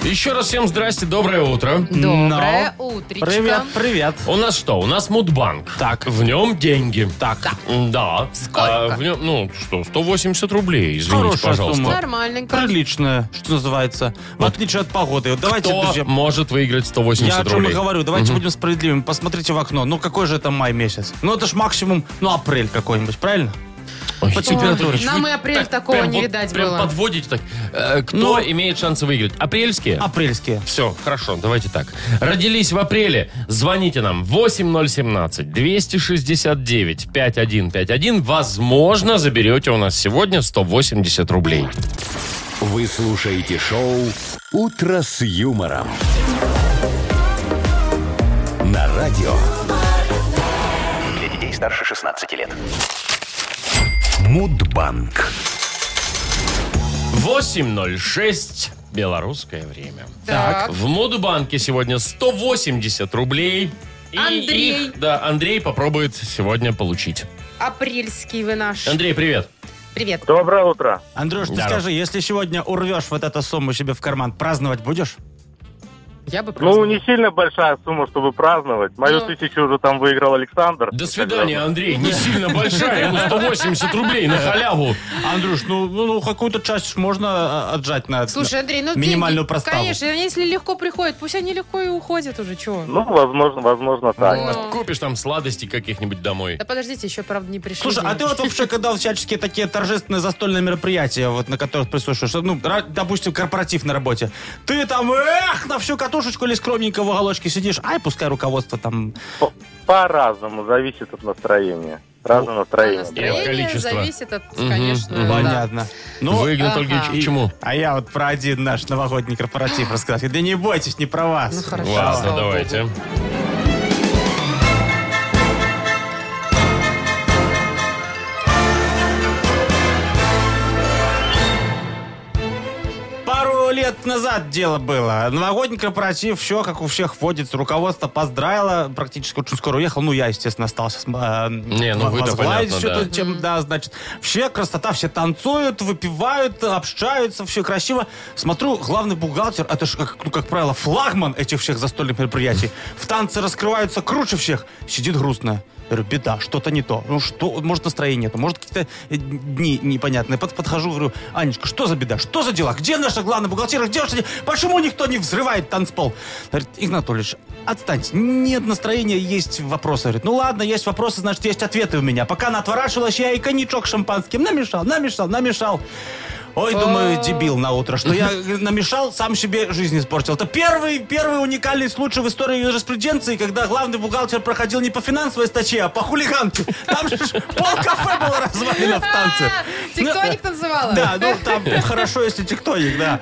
Speaker 2: Еще раз всем здрасте, доброе утро.
Speaker 3: Доброе утречко.
Speaker 4: Привет, привет.
Speaker 2: У нас что? У нас Мудбанк.
Speaker 4: Так.
Speaker 2: В нем деньги.
Speaker 4: Так.
Speaker 2: М, Да.
Speaker 3: Сколько?
Speaker 2: А, в нем, ну, что, 180 рублей, извините,
Speaker 4: Хорошая
Speaker 2: пожалуйста.
Speaker 4: сумма.
Speaker 3: Нормальненько.
Speaker 4: Приличное, что называется. В отличие от погоды. Вот Давайте,
Speaker 2: Кто
Speaker 4: друзья,
Speaker 2: может выиграть 180
Speaker 4: я о чем и
Speaker 2: рублей?
Speaker 4: говорю. Давайте будем справедливыми. Посмотрите в окно. Ну какой же это май месяц? Ну это ж максимум, ну апрель какой-нибудь, правильно?
Speaker 2: Ой,
Speaker 4: По
Speaker 2: Яков
Speaker 4: температуре.
Speaker 2: Анатольевич,
Speaker 3: Нам
Speaker 2: вы
Speaker 3: и апрель
Speaker 2: так
Speaker 3: такого
Speaker 2: прям
Speaker 3: не
Speaker 2: вот
Speaker 3: видать
Speaker 2: прям
Speaker 3: было.
Speaker 2: подводите так. Э, Кто
Speaker 4: Ну.
Speaker 2: имеет шансы выиграть? Апрельские?
Speaker 4: Апрельские.
Speaker 2: Все, хорошо, давайте так. Родились в апреле. Звоните нам 8017-269-5151. Возможно, заберете у нас сегодня 180 рублей.
Speaker 1: Вы слушаете шоу «Утро с юмором». На радио
Speaker 6: Для детей старше 16 лет.
Speaker 1: Мудбанк.
Speaker 2: 8.06 белорусское время.
Speaker 3: Так.
Speaker 2: В Мудбанке сегодня 180 рублей. И
Speaker 3: Андрей.
Speaker 2: их, да, Андрей попробует сегодня получить.
Speaker 3: Апрельский вы наш.
Speaker 2: Андрей, привет.
Speaker 3: Привет.
Speaker 4: ну,
Speaker 5: Доброе утро.
Speaker 4: Андрюш, ты
Speaker 2: Здорово.
Speaker 4: скажи, если сегодня урвешь вот эту сумму себе в карман, праздновать будешь?
Speaker 3: Я бы
Speaker 5: Ну,
Speaker 3: праздновала.
Speaker 5: не сильно большая сумма, чтобы праздновать. Мою
Speaker 3: Ну.
Speaker 5: тысячу уже там выиграл Александр.
Speaker 2: До свидания, Андрей. Не сильно большая, ему 180 рублей на халяву.
Speaker 4: Андрюш, ну, ну, ну, какую-то часть ж можно э, отжать на
Speaker 3: Слушай,
Speaker 4: на
Speaker 3: Андрей, ну
Speaker 4: минимальную
Speaker 3: деньги,
Speaker 4: проставу.
Speaker 3: Конечно, если легко приходят, пусть они легко и уходят уже, чего?
Speaker 5: Ну, возможно, возможно так.
Speaker 3: Ну.
Speaker 2: Купишь там сладостей каких-нибудь домой.
Speaker 3: Да подождите, еще, правда, не пришли.
Speaker 4: Слушай, а
Speaker 3: деньги.
Speaker 4: ты вот вообще, когда всяческие такие торжественные застольные мероприятия, вот на которых присутствуешь, ну, ра- допустим, корпоратив на работе, ты там, эх, на всю катушечку или скромненько в уголочке сидишь, ай, пускай руководство там...
Speaker 5: По- По-разному, зависит от настроения. Разное
Speaker 3: А
Speaker 5: настроение. бывает.
Speaker 3: настроение
Speaker 2: количество.
Speaker 3: зависит от,
Speaker 2: Мгм,
Speaker 3: конечно,
Speaker 2: мгм.
Speaker 3: да.
Speaker 4: Понятно. Ну,
Speaker 2: Вы, Игнат
Speaker 3: ага.
Speaker 2: Ольгович, к чему?
Speaker 4: а я вот про один наш новогодний корпоратив рассказать. Да не бойтесь, не про вас.
Speaker 3: Ну, хорошо.
Speaker 2: Ладно,
Speaker 3: слава
Speaker 2: давайте.
Speaker 3: богу.
Speaker 4: Пару лет назад дело было. Новогодний корпоратив, все как у всех водится. Руководство поздравило, практически очень скоро уехал. Ну, я, естественно, остался с- э,
Speaker 2: Не, ну вы-то
Speaker 4: возглавить
Speaker 2: понятно,
Speaker 4: всю
Speaker 2: да.
Speaker 4: эту тему. Да, значит, все красота, все танцуют, выпивают, общаются, все красиво. Смотрю, главный бухгалтер, это же, как, ну, как правило, флагман этих всех застольных мероприятий. В танце раскрываются круче всех. Сидит грустно. Я говорю, беда, что-то не то. Ну что, может, настроения нету, может, какие-то э, дни непонятные. Под- подхожу, говорю, Анечка, что за беда, что за дела? Где наша главная бухгалтера? Где наша... Почему никто не взрывает танцпол? Говорит, Игнатольевич, отстаньте. Нет настроения, есть вопросы. Говорит, ну ладно, есть вопросы, значит, есть ответы у меня. Пока она отворачивалась, я и коньячок шампанским намешал, намешал, намешал. Ой, думаю, дебил на утро, что я намешал, сам себе жизнь испортил. Это первый, первый уникальный случай в истории юриспруденции, когда главный бухгалтер проходил не по финансовой статье, а по хулиганке. Там же пол кафе было развалено в танце. Ну, э,
Speaker 3: А, тектоник танцевала?
Speaker 4: Да, ну там хорошо, если тектоник, да.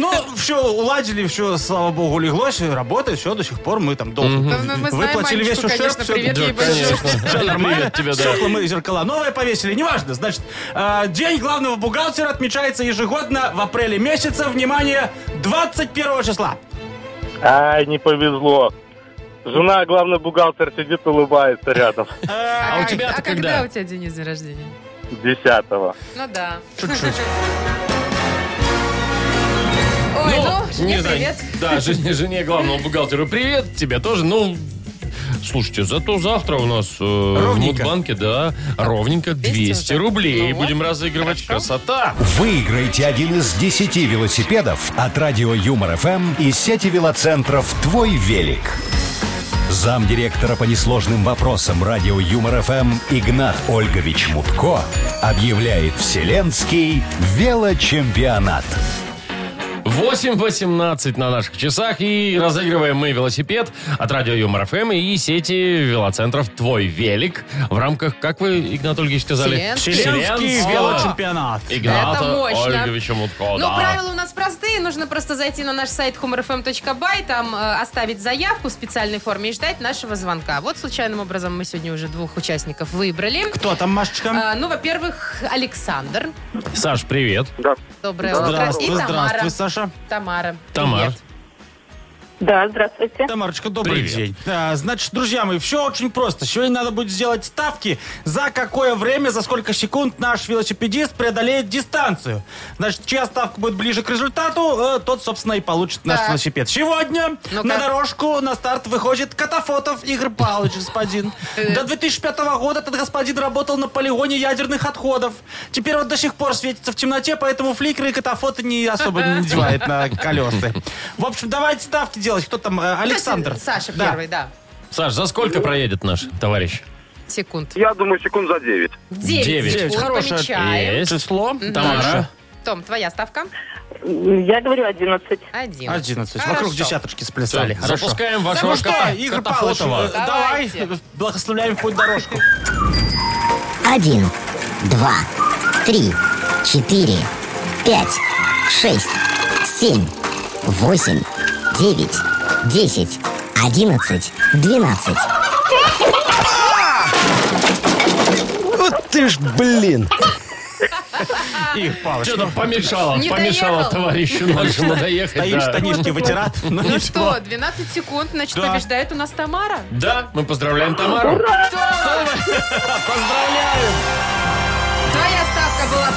Speaker 4: Ну, все, уладили, все, слава богу, леглось, и работает, все, до сих пор мы там долго.
Speaker 3: Да, ну, мы знаем
Speaker 4: Выплатили весь
Speaker 3: Анечку,
Speaker 4: ущерб,
Speaker 3: конечно,
Speaker 4: всё,
Speaker 3: привет
Speaker 2: да,
Speaker 3: ей большой.
Speaker 2: конечно.
Speaker 4: все нормально.
Speaker 2: Привет тебе, да.
Speaker 4: Стекла мы зеркала новые повесили, неважно. Значит, э, день главного бухгалтера отмечается ежегодно в апреле месяца. Внимание, 21 числа.
Speaker 5: Ай, не повезло. Жена, главный бухгалтер, сидит, улыбается рядом.
Speaker 2: А у
Speaker 3: как-
Speaker 2: тебя-то
Speaker 3: а
Speaker 2: когда?
Speaker 3: у тебя, Денис, день рождения?
Speaker 5: Десятого.
Speaker 3: Ну да.
Speaker 4: Чуть-чуть.
Speaker 3: Ой, ну,
Speaker 2: не
Speaker 3: жене
Speaker 2: знаю,
Speaker 3: привет.
Speaker 2: Да, жене, жене главного бухгалтера привет, тебе тоже. Ну, слушайте, зато завтра у нас э, в
Speaker 4: Ровненько.
Speaker 2: Мудбанке, да, ровненько 200,
Speaker 3: 200 уже.
Speaker 2: рублей.
Speaker 3: Ну вот,
Speaker 2: Будем разыгрывать.
Speaker 3: хорошо.
Speaker 2: Красота!
Speaker 1: Выиграйте один из 10 велосипедов от радио Юмор ФМ и сети велоцентров «Твой велик». Замдиректора по несложным вопросам радио Юмор ФМ Игнат Ольгович Мутко объявляет Вселенский велочемпионат.
Speaker 2: 8.18 на наших часах. И разыгрываем мы велосипед от радио Юмор ФМ и сети велоцентров «Твой велик» в рамках, как вы, Игнат Ольгич, сказали?
Speaker 3: Вселенского.
Speaker 4: Вселенский
Speaker 2: Вселенского
Speaker 4: велочемпионат.
Speaker 2: Игната
Speaker 3: Это мощно.
Speaker 2: Ольговича Мутко,
Speaker 3: Ну,
Speaker 2: да.
Speaker 3: правила у нас простые. Нужно просто зайти на наш сайт humorfm.by, там э, оставить заявку в специальной форме и ждать нашего звонка. Вот случайным образом мы сегодня уже двух участников выбрали.
Speaker 4: Кто там, Машечка?
Speaker 3: А, ну, во-первых, Александр.
Speaker 2: Саш, привет.
Speaker 5: Да.
Speaker 3: Доброе утро. Э, И
Speaker 4: Здравствуй,
Speaker 3: Тамара.
Speaker 4: здравствуй, Саша.
Speaker 3: Тамара.
Speaker 2: Тамар.
Speaker 3: Привет.
Speaker 8: Да, здравствуйте.
Speaker 4: Тамарочка, добрый
Speaker 2: Привет.
Speaker 4: день. Да, значит, друзья мои, все очень просто. Сегодня надо будет сделать ставки, за какое время, за сколько секунд наш велосипедист преодолеет дистанцию. Значит, чья ставка будет ближе к результату, э, тот, собственно, и получит наш
Speaker 3: Так.
Speaker 4: велосипед. Сегодня
Speaker 3: Ну-ка.
Speaker 4: на дорожку на старт выходит Катафотов Игорь Павлович, господин.
Speaker 3: Э.
Speaker 4: До 2005 года этот господин работал на полигоне ядерных отходов. Теперь он до сих пор светится в темноте, поэтому фликры и катафоты не особо не надевает на колеса. В общем, давайте ставки делать. Кто там? Э, Александр.
Speaker 3: Кстати, Саша
Speaker 4: Да.
Speaker 3: первый, да.
Speaker 2: Саш, за сколько проедет наш товарищ?
Speaker 3: Секунд.
Speaker 5: Я думаю, секунд за девять.
Speaker 3: Девять.
Speaker 2: Девять.
Speaker 3: секунд.
Speaker 4: Хорошая.
Speaker 3: Помечаем.
Speaker 2: Есть.
Speaker 4: Число.
Speaker 2: Тамара.
Speaker 3: Том, твоя ставка?
Speaker 8: Я говорю 11.
Speaker 3: Один.
Speaker 4: 11. Вокруг
Speaker 3: Хорошо.
Speaker 4: десяточки
Speaker 2: Всё,
Speaker 4: сплясали. Хорошо.
Speaker 2: Запускаем вашего
Speaker 4: Ну что,
Speaker 2: кота-
Speaker 4: Игорь Павлович,
Speaker 2: Котофотова.
Speaker 4: э, давай,
Speaker 3: Давайте.
Speaker 4: э, благословляем в путь дорожку.
Speaker 9: Один, два, три, четыре, пять, шесть, семь, восемь, девять, десять, одиннадцать, двенадцать.
Speaker 10: Вот ты ж, блин!
Speaker 4: Игорь Павлович,
Speaker 2: Что-то помешало,
Speaker 3: Не
Speaker 2: помешало
Speaker 3: доехал.
Speaker 2: товарищу нашему доехать.
Speaker 4: стоишь,
Speaker 2: да.
Speaker 4: штанишки вытират. Ну
Speaker 3: Ну
Speaker 4: ничего.
Speaker 3: что, 12 секунд, значит,
Speaker 4: Да.
Speaker 3: побеждает у нас Тамара.
Speaker 2: Да, мы поздравляем Тамару.
Speaker 3: Поздравляю! Твоя ставка была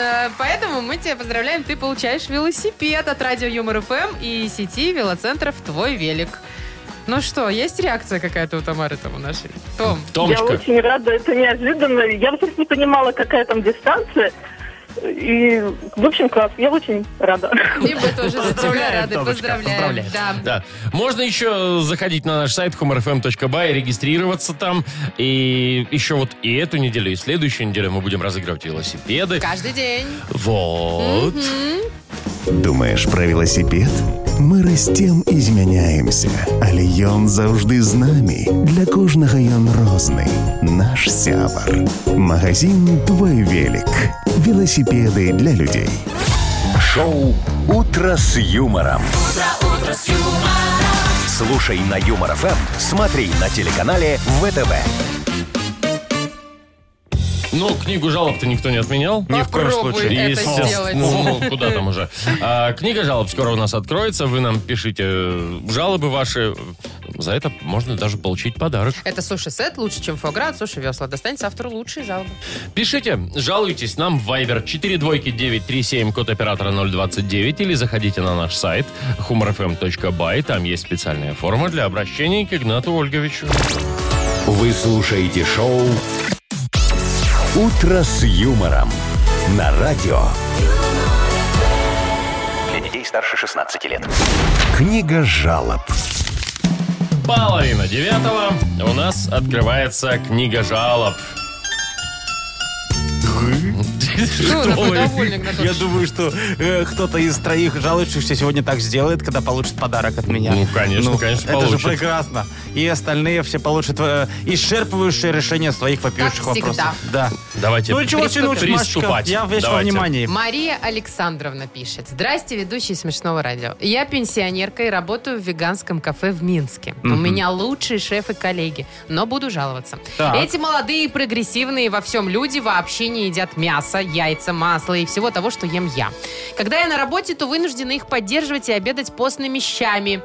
Speaker 3: Э, Поэтому мы тебя поздравляем. Ты получаешь велосипед от радио Юмор ФМ и сети велоцентров «Твой велик». Ну что, есть реакция какая-то у Тамары там у нашей? Том,
Speaker 2: Томочка.
Speaker 8: Я очень рада, это неожиданно. Я вот сейчас не понимала, какая там дистанция. И, в общем, класс. Я очень рада.
Speaker 3: и мы тоже за тебя
Speaker 4: Поздравляем,
Speaker 3: рады.
Speaker 4: Томочка,
Speaker 3: Поздравляем.
Speaker 4: поздравляем.
Speaker 3: Да.
Speaker 2: Да. Можно еще заходить на наш сайт humorfm.by, регистрироваться там. И еще вот и эту неделю, и следующую неделю мы будем разыгрывать велосипеды.
Speaker 3: Каждый день.
Speaker 2: Вот.
Speaker 11: Думаешь про велосипед? Мы растем і змяняемся, але ён заўжды з нами. Для кожнага ён розны. Наш сябар. Магазин «Твой велик». Велосипеды для людей.
Speaker 1: Шоу «Утро с юмором». Слушай на Юмор ФМ, смотри на телеканале ВТВ.
Speaker 2: Ну, книгу жалоб-то никто не отменял.
Speaker 4: Ни в коем
Speaker 3: Попробуй
Speaker 4: случае.
Speaker 3: это
Speaker 2: Естественно.
Speaker 3: сделать.
Speaker 2: Ну, куда там уже. А, книга жалоб скоро у нас откроется. Вы нам пишите э, жалобы ваши. За это можно даже получить подарок.
Speaker 3: Это суши-сет лучше, чем фуагра от суши-весла. Достанется автору лучшие жалобы.
Speaker 2: Пишите, жалуйтесь нам в Viber 42937, код оператора 029, или заходите на наш сайт humorfm.by. Там есть специальная форма для обращения к Игнату Ольговичу.
Speaker 1: Вы слушаете шоу «Утро с юмором» на радио.
Speaker 6: Для детей старше 16 лет.
Speaker 1: Книга жалоб.
Speaker 2: Половина девятого. У нас открывается книга жалоб.
Speaker 3: Ну,
Speaker 2: Что
Speaker 3: такой
Speaker 2: вы?
Speaker 3: довольный, Игнатович.
Speaker 4: Я думаю, что э, кто-то из троих жалующихся сегодня так сделает, когда получит подарок от меня.
Speaker 2: Ну, конечно, конечно,
Speaker 4: это
Speaker 2: получит.
Speaker 4: же прекрасно. И остальные все получат э, исчерпывающее решение своих вопиющих
Speaker 3: Как всегда.
Speaker 4: вопросов. Да.
Speaker 2: Давайте
Speaker 4: Ну и чего тянуть, Машечка?
Speaker 2: приступать.
Speaker 4: Я в вечном
Speaker 2: Давайте.
Speaker 4: внимании.
Speaker 3: Мария Александровна пишет. Здрасте, ведущий смешного радио. Я пенсионерка и работаю в веганском кафе в Минске. У меня лучшие шефы коллеги, но буду жаловаться.
Speaker 4: Так.
Speaker 3: Эти молодые и прогрессивные во всем люди вообще не едят мясо, яйца, масло и всего того, что ем я. Когда я на работе, то вынуждена их поддерживать и обедать постными щами.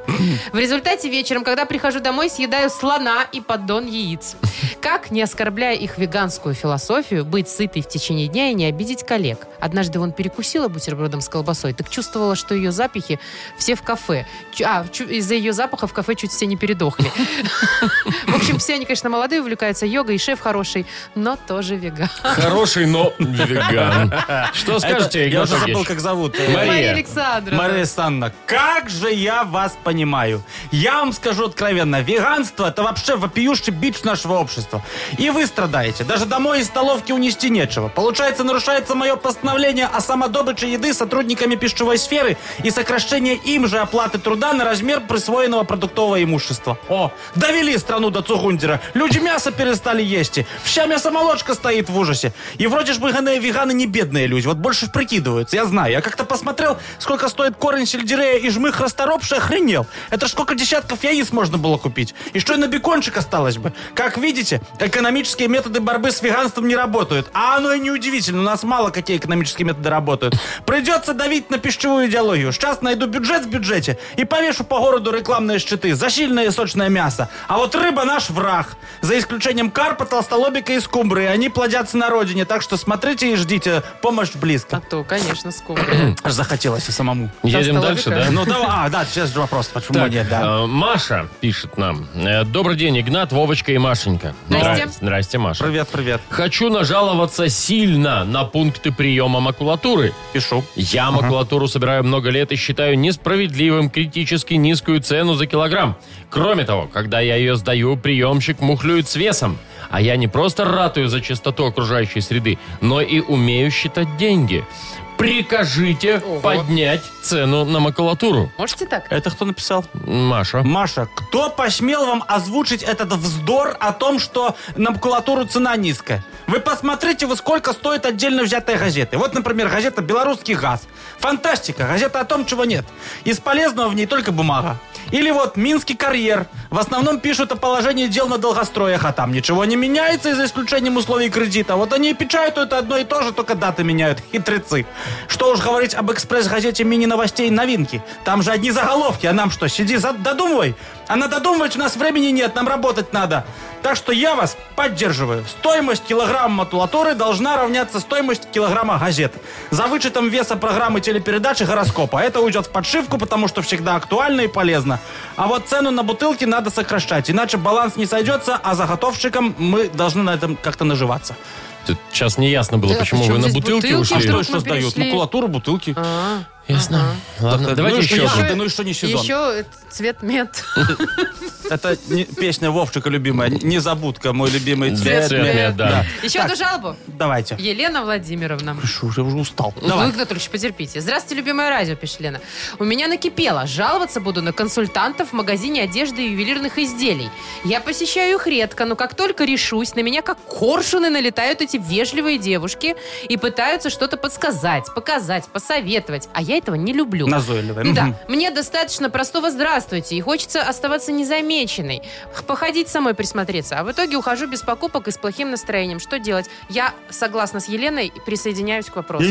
Speaker 3: В результате вечером, когда прихожу домой, съедаю слона и поддон яиц. Как, не оскорбляя их веганскую философию, быть сытой в течение дня и не обидеть коллег? Однажды он перекусила бутербродом с колбасой, так чувствовала, что ее запахи все в кафе. Чу- а, чу- из-за ее запаха в кафе чуть все не передохли. В общем, все они, конечно, молодые, увлекаются йогой, и шеф хороший, но тоже веган.
Speaker 2: Хороший, но веган. Что скажете,
Speaker 4: Это- Я
Speaker 2: Игнат
Speaker 4: уже забыл,
Speaker 2: Сергеевич?
Speaker 4: как зовут.
Speaker 2: Мария.
Speaker 3: Александровна.
Speaker 4: Мария Александровна, как же я вас понимаю. Я вам скажу откровенно, веганство это вообще вопиющий бич нашего общества. И вы страдаете. Даже домой из столовки унести нечего. Получается, нарушается мое постановление о самодобыче еды сотрудниками пищевой сферы и сокращение им же оплаты труда на размер присвоенного продуктового имущества. О, довели страну до цугундера. Люди мясо перестали есть. и Вся мясомолочка стоит в ужасе. И вроде же выгонные веганы не бедные люди. Вот больше прикидываются. Я знаю. Я как-то посмотрел, сколько стоит корень сельдерея и жмых расторопший, охренел. Это ж сколько десятков яиц можно было купить. И что и на бекончик осталось бы. Как видите, экономические методы борьбы с веганством не работают. А оно и не удивительно. У нас мало какие экономические методы работают. Придется давить на пищевую идеологию. Сейчас найду бюджет в бюджете и повешу по городу рекламные щиты за сильное и сочное мясо. А вот рыба наш враг. За исключением карпа, толстолобика и скумбрии. Они плодятся на родине. Так что смотрите и ждите. Помощь
Speaker 3: А
Speaker 4: близко.
Speaker 3: то, конечно, скумбрия.
Speaker 4: Аж захотелось и самому.
Speaker 2: Едем дальше,
Speaker 3: Толстолобика.
Speaker 2: да?
Speaker 4: Ну давай, а, да, сейчас же вопрос, почему
Speaker 2: Так,
Speaker 4: нет, да.
Speaker 2: э, Маша пишет нам. Э, Добрый день, Игнат, Вовочка и Машенька.
Speaker 3: Здрасте.
Speaker 2: Здрасте. Здрасте, Маша.
Speaker 4: Привет, привет.
Speaker 2: Хочу нажаловаться сильно на пункты приема макулатуры.
Speaker 4: Пишу.
Speaker 2: Я макулатуру собираю много лет и считаю несправедливым критически низкую цену за килограмм. Кроме того, когда я ее сдаю, приемщик мухлюет с весом. А я не просто ратую за чистоту окружающей среды, но и умею считать деньги. Прикажите
Speaker 3: Ого.
Speaker 2: поднять цену на макулатуру.
Speaker 3: Можете так?
Speaker 4: Это кто написал?
Speaker 2: Маша.
Speaker 4: Маша, кто посмел вам озвучить этот вздор о том, что на макулатуру цена низкая? Вы посмотрите, вы сколько стоит отдельно взятые газеты. Вот, например, газета «Белорусский газ». Фантастика, газета о том, чего нет. Из полезного в ней только бумага. Или вот «Минский карьер». В основном пишут о положении дел на долгостроях, а там ничего не меняется, за исключением условий кредита. Вот они и печатают одно и то же, только даты меняют. Хитрецы. Что уж говорить об экспресс-газете мини-новостей «Новинки». Там же одни заголовки, а нам что, сиди, за- додумывай. А на додумывать у нас времени нет, нам работать надо. Так что я вас поддерживаю. Стоимость килограмма макулатуры должна равняться стоимости килограмма газет. За вычетом веса программы телепередач и гороскопа. Это уйдет в подшивку, потому что всегда актуально и полезно. А вот цену на бутылки надо сокращать, иначе баланс не сойдется, а заготовщикам мы должны на этом как-то наживаться.
Speaker 2: Тут сейчас не ясно было,
Speaker 4: Да,
Speaker 2: почему
Speaker 4: причем
Speaker 2: вы на
Speaker 4: здесь
Speaker 2: бутылки,
Speaker 4: бутылки,
Speaker 2: ушли.
Speaker 4: а что еще Мы сдают? перешли. Макулатуру, бутылки.
Speaker 3: А,
Speaker 2: Ясно. Ладно,
Speaker 4: Так,
Speaker 2: давайте
Speaker 4: ну и что
Speaker 2: еще.
Speaker 4: я?
Speaker 2: одну.
Speaker 4: Да ну и что не сезон?
Speaker 3: Еще цвет мед.
Speaker 4: Это не- песня Вовчика любимая, «Незабудка», мой любимый цвет.
Speaker 2: цвет мед, да.
Speaker 3: Еще одну жалобу.
Speaker 4: Давайте.
Speaker 3: Елена Владимировна.
Speaker 4: Хорошо, уже уже устал.
Speaker 3: Ну,
Speaker 4: Давай.
Speaker 3: Вы, Игнат Ильич, потерпите. Здравствуйте, любимое радио, пишет Лена. У меня накипело. Жаловаться буду на консультантов в магазине одежды и ювелирных изделий. Я посещаю их редко, но как только решусь, на меня как коршуны налетают эти вежливые девушки и пытаются что-то подсказать, показать, посоветовать. А я этого не люблю.
Speaker 4: Назойливые.
Speaker 3: Ну Да.
Speaker 4: Мгм.
Speaker 3: Мне достаточно простого «здравствуйте» и хочется оставаться незамеченной. Х- Походить самой присмотреться. А в итоге ухожу без покупок и с плохим настроением. Что делать? Я согласна с Еленой и присоединяюсь к вопросу.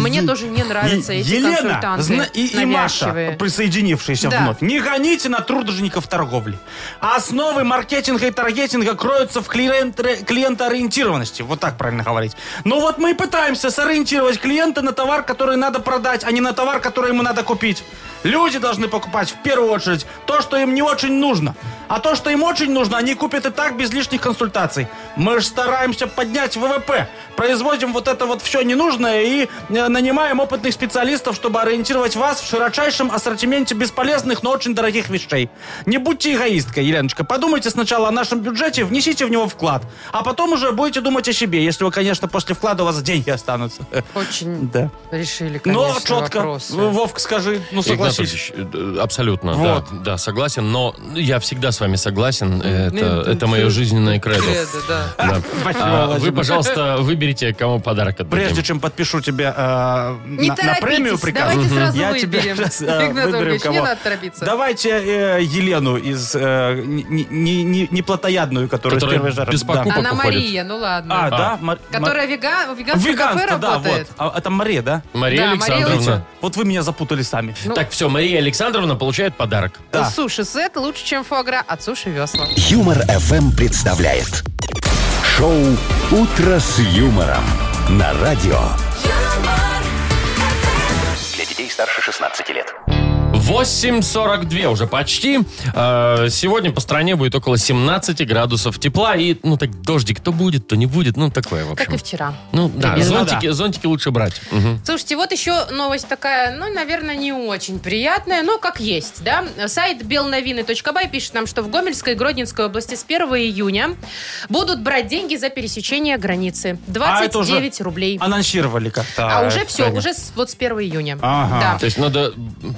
Speaker 3: Мне тоже не нравятся
Speaker 4: Е-
Speaker 3: эти
Speaker 4: Елена
Speaker 3: консультанты
Speaker 4: зна- и, и Маша,
Speaker 3: навязчивые.
Speaker 4: присоединившиеся
Speaker 3: Да.
Speaker 4: вновь, не гоните на трудожников торговли. Основы маркетинга и таргетинга кроются в клиент- клиентоориентированности. Вот так правильно говорить. Ну вот мы и пытаемся сориентировать клиента на товар, который надо продать, а не на товар, который ему надо купить. Люди должны покупать в первую очередь то, что им не очень нужно. А то, что им очень нужно, они купят и так без лишних консультаций. Мы же стараемся поднять ВВП, производим вот это вот все ненужное и э, нанимаем опытных специалистов, чтобы ориентировать вас в широчайшем ассортименте бесполезных, но очень дорогих вещей. Не будьте эгоисткой, Еленочка. Подумайте сначала о нашем бюджете, внесите в него вклад, а потом уже будете думать о себе, если вы, конечно, после вклада у вас деньги останутся.
Speaker 3: Очень
Speaker 4: Да.
Speaker 3: решили,
Speaker 4: Но
Speaker 3: конечно,
Speaker 4: четко.
Speaker 3: вопросы.
Speaker 4: Вовка, скажи, ну
Speaker 2: Игнат
Speaker 4: согласись.
Speaker 2: Ольгович, э, э, абсолютно, да,
Speaker 4: Вот.
Speaker 2: да, согласен, но я всегда с вами согласен, это,
Speaker 4: ну,
Speaker 2: это мое
Speaker 4: ты-
Speaker 2: жизненное кредо.
Speaker 4: кредо, да.
Speaker 2: Да.
Speaker 4: Спасибо,
Speaker 2: А, Вы,
Speaker 4: Владимир.
Speaker 2: пожалуйста, выберите, кому подарок отдадим.
Speaker 4: Прежде чем подпишу тебе э,
Speaker 3: Не
Speaker 4: на, на
Speaker 3: торопитесь,
Speaker 4: премию приказ,
Speaker 3: давайте
Speaker 4: Мгм.
Speaker 3: сразу
Speaker 4: я
Speaker 3: выберем.
Speaker 4: тебе сейчас, э,
Speaker 3: Игнат
Speaker 4: выберу
Speaker 3: Ольгович, не
Speaker 4: кого.
Speaker 3: надо торопиться.
Speaker 4: Давайте э, Елену из э, не, не- не- не плотоядную, которая,
Speaker 2: Которая
Speaker 4: с первой жары.
Speaker 2: без покупок
Speaker 3: Она
Speaker 2: уходит.
Speaker 3: Мария, ну ладно.
Speaker 4: А, да? Мар-
Speaker 3: Которая вега- в веганском кафе
Speaker 4: Веганство, да,
Speaker 3: работает.
Speaker 4: вот. А, а там Мария, да?
Speaker 2: Мария
Speaker 3: Да, Мария
Speaker 2: Александровна.
Speaker 3: Александровна.
Speaker 4: Вот вы меня запутали сами.
Speaker 2: Так, все, Мария Александровна получает подарок.
Speaker 3: Суши-сет лучше, чем фуагра от суши-весла.
Speaker 1: Юмор FM представляет шоу Утро с юмором на радио.
Speaker 6: Для детей старше 16 лет.
Speaker 2: 8.42 уже почти. Э, Сегодня по стране будет около 17 градусов тепла. И, ну так, дождик то будет, то не будет. Ну, такое, в общем.
Speaker 3: Как и вчера.
Speaker 2: Ну, да,
Speaker 3: Примерно.
Speaker 2: зонтики, зонтики лучше брать. Мгм.
Speaker 3: Слушайте, вот еще новость такая, ну, наверное, не очень приятная, но как есть, да. Сайт белновины.бай пишет нам, что в Гомельской и Гродненской области с 1 июня будут брать деньги за пересечение границы.
Speaker 4: А это уже
Speaker 3: 29 рублей.
Speaker 4: Анонсировали как-то.
Speaker 3: А уже все,
Speaker 4: Таня.
Speaker 3: уже с- вот с 1 июня.
Speaker 4: Ага.
Speaker 3: Да.
Speaker 2: То есть надо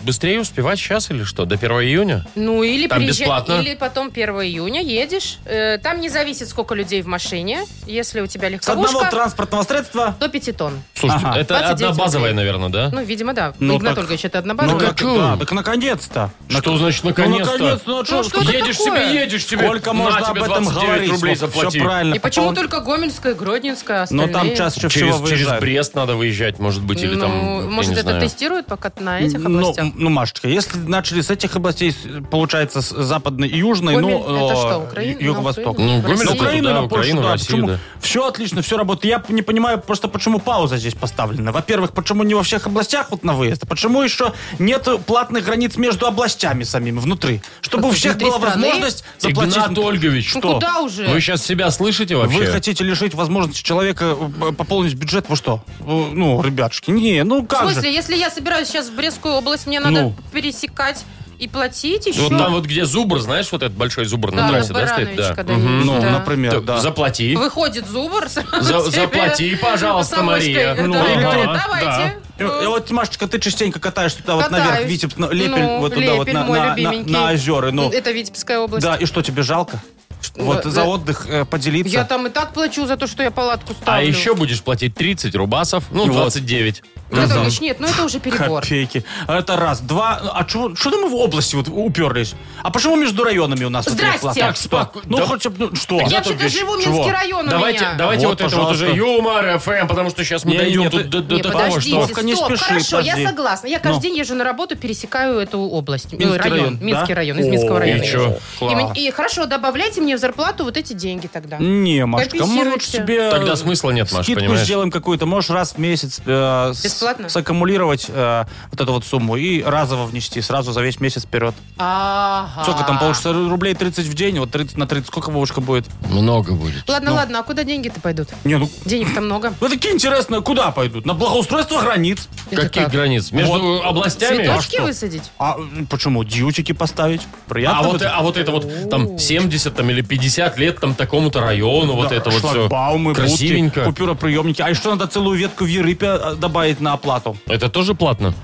Speaker 2: быстрее успевать сейчас или что? До 1 июня?
Speaker 3: Ну, или
Speaker 2: Там
Speaker 3: приезжай-
Speaker 2: бесплатно?
Speaker 3: или потом 1 июня едешь. Э, там не зависит, сколько людей в машине. Если у тебя
Speaker 4: С одного
Speaker 3: легковушка,
Speaker 4: транспортного средства
Speaker 3: до 5 тонн.
Speaker 2: Слушайте,
Speaker 4: Ага.
Speaker 2: это одна
Speaker 3: 29
Speaker 2: базовая, наверное, да?
Speaker 3: Ну, видимо, да.
Speaker 4: Ну,
Speaker 3: Игнат
Speaker 4: так-
Speaker 3: Ольгович, это одна
Speaker 4: Ну,
Speaker 3: базовая.
Speaker 4: так, да, так наконец-то.
Speaker 2: Что значит наконец-то?
Speaker 4: Ну, наконец-то, ну, а
Speaker 3: Ну,
Speaker 4: что,
Speaker 3: что это
Speaker 2: едешь
Speaker 3: такое?
Speaker 2: себе, едешь себе.
Speaker 4: Сколько
Speaker 2: На
Speaker 4: можно об
Speaker 2: тебе
Speaker 4: этом
Speaker 2: 29
Speaker 4: говорить?
Speaker 2: рублей
Speaker 4: Вот всё
Speaker 2: заплати.
Speaker 4: правильно.
Speaker 3: И почему
Speaker 4: Попол-
Speaker 3: только Гомельская, Гродненская, а
Speaker 4: Но
Speaker 3: остальные?
Speaker 4: ну, там чаще всего
Speaker 2: Через, через
Speaker 4: выезжают.
Speaker 2: Брест надо выезжать, может быть, или
Speaker 3: ну,
Speaker 2: там,
Speaker 3: может,
Speaker 2: я не
Speaker 3: это
Speaker 2: знаю.
Speaker 3: тестируют пока на этих
Speaker 4: Ну,
Speaker 3: областях?
Speaker 4: м, Ну, Машечка, если начали с этих областей, с- получается, с западной и южной,
Speaker 3: Гомель
Speaker 4: ну,
Speaker 3: это
Speaker 4: э,
Speaker 3: что, Украина?
Speaker 4: ю- Юго-восток.
Speaker 3: На Украину? Ну, Гомель
Speaker 4: На
Speaker 3: это
Speaker 4: Украину,
Speaker 2: туда,
Speaker 4: на Польшу,
Speaker 2: Украину,
Speaker 4: да.
Speaker 2: Россию, да.
Speaker 4: Все отлично, все работает. Я не понимаю просто, почему пауза здесь поставлена. Во-первых, почему не во всех областях вот на выезд, а почему еще нет платных границ между областями самими, внутри. Чтобы у
Speaker 3: Тут
Speaker 4: всех
Speaker 3: внутри
Speaker 4: была
Speaker 3: страны?
Speaker 4: возможность заплатить...
Speaker 2: Игнат Ольгович,
Speaker 3: Ну,
Speaker 2: что?
Speaker 3: куда уже?
Speaker 2: Вы сейчас себя слышите вообще?
Speaker 4: Вы хотите лишить возможности человека э, пополнить бюджет? Вы что? Э, Ну, ребятушки, не, ну
Speaker 3: В
Speaker 4: как же?
Speaker 3: смысле, если я собираюсь сейчас в Брестскую область, мне надо
Speaker 4: Ну.
Speaker 3: пересекать и платить еще?
Speaker 2: Вот там вот где зубр, знаешь, вот этот большой зубр на
Speaker 3: Ну. Да,
Speaker 2: трассе, да, стоит?
Speaker 3: Барановичка, да,
Speaker 2: Мгм.
Speaker 3: есть,
Speaker 4: Ну,
Speaker 3: да.
Speaker 4: например,
Speaker 2: Так,
Speaker 4: да.
Speaker 2: Заплати.
Speaker 3: Выходит зубр. сразу
Speaker 2: За-
Speaker 3: тебе
Speaker 2: заплати, пожалуйста,
Speaker 3: самочкой.
Speaker 2: Мария.
Speaker 3: Да,
Speaker 2: Ну,
Speaker 3: и
Speaker 2: ага,
Speaker 3: говорит,
Speaker 2: да.
Speaker 3: давайте.
Speaker 4: И Э, вот, Машечка, ты частенько катаешься туда вот
Speaker 3: Э, Катаюсь.
Speaker 4: наверх, Витебск, на- лепель,
Speaker 3: Ну,
Speaker 4: вот туда вот
Speaker 3: Лепель,
Speaker 4: на,
Speaker 3: мой
Speaker 4: на- на-
Speaker 3: любименький.
Speaker 4: на озеры. Ну,
Speaker 3: Это Витебская область.
Speaker 4: да, и что, тебе жалко? Вот
Speaker 3: Да,
Speaker 4: за
Speaker 3: да.
Speaker 4: отдых э, поделиться.
Speaker 3: Я там и так плачу за то, что я палатку ставлю.
Speaker 2: А еще будешь платить 30 рубасов, ну,
Speaker 4: Вот.
Speaker 2: 29.
Speaker 3: Анатольевич, нет, ну это уже перебор.
Speaker 4: Копейки. Это раз. Два. А чего, что там мы в области вот уперлись? А почему между районами у нас вот
Speaker 3: Здрасте.
Speaker 4: перехват? Так, спок- Ну,
Speaker 2: Да-
Speaker 4: хоть бы, ну, что?
Speaker 2: А
Speaker 3: Я вообще-то живу Минский район у
Speaker 2: Давайте,
Speaker 3: меня.
Speaker 2: давайте вот,
Speaker 4: Вот,
Speaker 2: это вот
Speaker 4: пожалуйста.
Speaker 2: уже юмор, ФМ, потому что сейчас мы
Speaker 4: Не,
Speaker 2: дойдем
Speaker 4: нет,
Speaker 2: тут до, до
Speaker 3: Не,
Speaker 2: такого,
Speaker 3: подождите,
Speaker 2: что...
Speaker 4: Вовка, не
Speaker 3: стоп,
Speaker 4: спеши,
Speaker 3: хорошо,
Speaker 4: подожди.
Speaker 3: я согласна. Я каждый
Speaker 4: Ну.
Speaker 3: день езжу на работу, пересекаю эту область. э,
Speaker 4: Минский
Speaker 3: район,
Speaker 4: район, да?
Speaker 3: Минский район, из
Speaker 4: О,
Speaker 3: Минского
Speaker 4: и
Speaker 3: района. я
Speaker 4: чё? Класс.
Speaker 3: езжу. И, мне- и хорошо, добавляйте мне в зарплату вот эти деньги тогда.
Speaker 4: Не, Машка, мы лучше
Speaker 3: Компенсируйте.
Speaker 4: тебе...
Speaker 2: Тогда смысла нет, Маш,
Speaker 4: э, скидку
Speaker 2: понимаешь?
Speaker 4: сделаем какую-то. Можешь раз в месяц э, с-
Speaker 3: Бесплатно?
Speaker 4: саккумулировать э, вот эту вот сумму и разово внести сразу за весь месяц вперед.
Speaker 3: Ага.
Speaker 4: Сколько там, получится рублей 30 в день? Вот 30 на 30. Сколько, Вовушка, будет?
Speaker 2: Много будет.
Speaker 3: Ладно,
Speaker 4: Ну.
Speaker 3: ладно, а куда деньги-то пойдут?
Speaker 4: Не, ну...
Speaker 3: Денег-то много.
Speaker 4: Ну, такие интересные. Куда пойдут? На благоустройство границ.
Speaker 3: Это
Speaker 2: Каких
Speaker 3: как?
Speaker 2: границ? Между
Speaker 4: Вот.
Speaker 2: областями? А,
Speaker 4: А
Speaker 3: Цветочки
Speaker 4: что?
Speaker 3: высадить?
Speaker 4: А м, почему? Дьючики поставить? Приятно.
Speaker 2: а
Speaker 4: бы
Speaker 2: вот,
Speaker 4: так.
Speaker 2: а вот это вот, там, 70 там, или 50 лет там такому-то району, вот
Speaker 4: Да,
Speaker 2: это вот все.
Speaker 4: шлагбаумы,
Speaker 2: Красивенько.
Speaker 4: будки, купюроприемники. А еще надо целую ветку в Ерыпе э, добавить на оплату.
Speaker 2: Это тоже платно?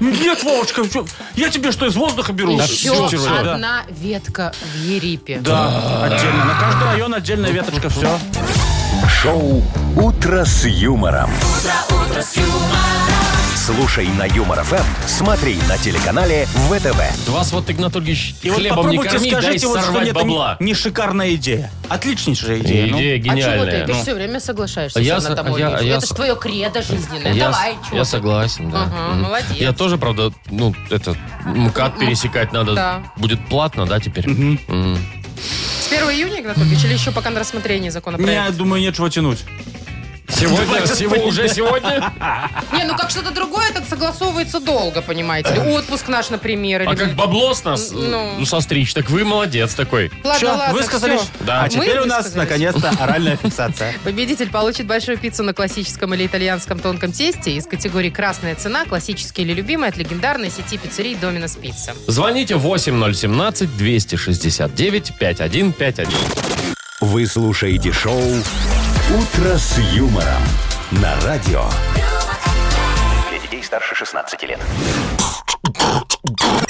Speaker 4: Нет, Вовочка, всё. я тебе что, из воздуха беру?
Speaker 3: Еще
Speaker 4: Дьютировать, да.
Speaker 3: одна ветка в Ерипе. А
Speaker 4: Да, отдельно. На каждый район отдельная веточка, все.
Speaker 1: Шоу «Утро с юмором». Слушай на Юмор ФМ, смотри на телеканале ВТВ.
Speaker 2: Вас вот, Игнатольевич,
Speaker 4: И вот
Speaker 2: хлебом не
Speaker 4: попробуйте
Speaker 2: корми, дай
Speaker 4: скажите, вот, что
Speaker 2: сорвать
Speaker 4: нет,
Speaker 2: бабла.
Speaker 4: не, не шикарная идея. Отличнейшая идея. ну.
Speaker 2: Идея
Speaker 3: А чего
Speaker 2: гениальная.
Speaker 3: ты? Ты
Speaker 2: Ну.
Speaker 3: же все время соглашаешься
Speaker 2: А
Speaker 3: все
Speaker 2: я
Speaker 3: на
Speaker 2: со-
Speaker 3: того
Speaker 2: а я-
Speaker 3: Ильича.
Speaker 2: а я
Speaker 3: Это
Speaker 2: со-
Speaker 3: же твое кредо жизненное.
Speaker 2: Я,
Speaker 3: Ну, Давай,
Speaker 2: с-
Speaker 3: чего
Speaker 2: я
Speaker 3: ты?
Speaker 2: согласен, да.
Speaker 3: Ага,
Speaker 2: Мгм.
Speaker 3: молодец.
Speaker 2: Я тоже, правда, ну, это, МКАД пересекать надо.
Speaker 3: Да.
Speaker 2: Будет платно, да, теперь? М.
Speaker 3: С 1 июня, Игнатольевич, или еще пока на рассмотрении
Speaker 4: Не,
Speaker 3: законопроекта?
Speaker 4: я думаю, нечего тянуть.
Speaker 2: Сегодня, сего- уже сегодня?
Speaker 3: Не, ну как что-то другое, так согласовывается долго, понимаете ли. Отпуск наш, например. или-
Speaker 2: А как бабло с нас э,
Speaker 3: Ну.
Speaker 2: состричь, так вы молодец такой.
Speaker 3: Ладно,
Speaker 4: Всё,
Speaker 3: ладно,
Speaker 4: высказались?
Speaker 3: всё.
Speaker 2: Да.
Speaker 4: А теперь
Speaker 3: Мы
Speaker 4: у нас,
Speaker 3: высказались.
Speaker 4: наконец-то, оральная фиксация.
Speaker 3: Победитель получит большую пиццу на классическом или итальянском тонком тесте из категории «Красная цена», «Классический или любимый» от легендарной сети пиццерий «Доминос Пицца».
Speaker 2: Звоните 8017-269-5151.
Speaker 1: Вы слушаете шоу «Утро с юмором» на радио.
Speaker 6: Для детей старше 16 лет.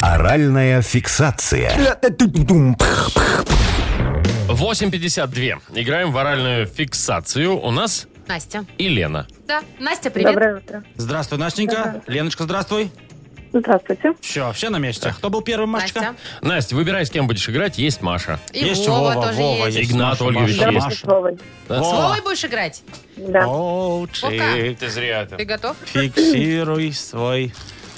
Speaker 1: Оральная фиксация.
Speaker 2: 8.52. Играем в оральную фиксацию. У нас
Speaker 3: Настя.
Speaker 2: и Лена.
Speaker 3: Да, Настя, привет.
Speaker 8: Доброе утро.
Speaker 4: Здравствуй, Настенька. Леночка, здравствуй.
Speaker 8: Здравствуйте.
Speaker 4: Все, все на месте. Кто был первым, Машечка?
Speaker 3: Настя.
Speaker 2: Настя, выбирай, с кем будешь играть. Есть Маша.
Speaker 3: И Вова, тоже есть.
Speaker 2: Игнат
Speaker 4: Маша,
Speaker 2: Ольгович
Speaker 4: Маша,
Speaker 2: есть.
Speaker 8: Здравствуйте,
Speaker 4: Маша.
Speaker 8: с Вовой.
Speaker 2: Да.
Speaker 3: С
Speaker 4: Во.
Speaker 3: Вовой будешь играть?
Speaker 8: Да.
Speaker 4: Олчик,
Speaker 3: Вовка.
Speaker 2: Ты зря это.
Speaker 3: Ты готов?
Speaker 4: фиксируй свой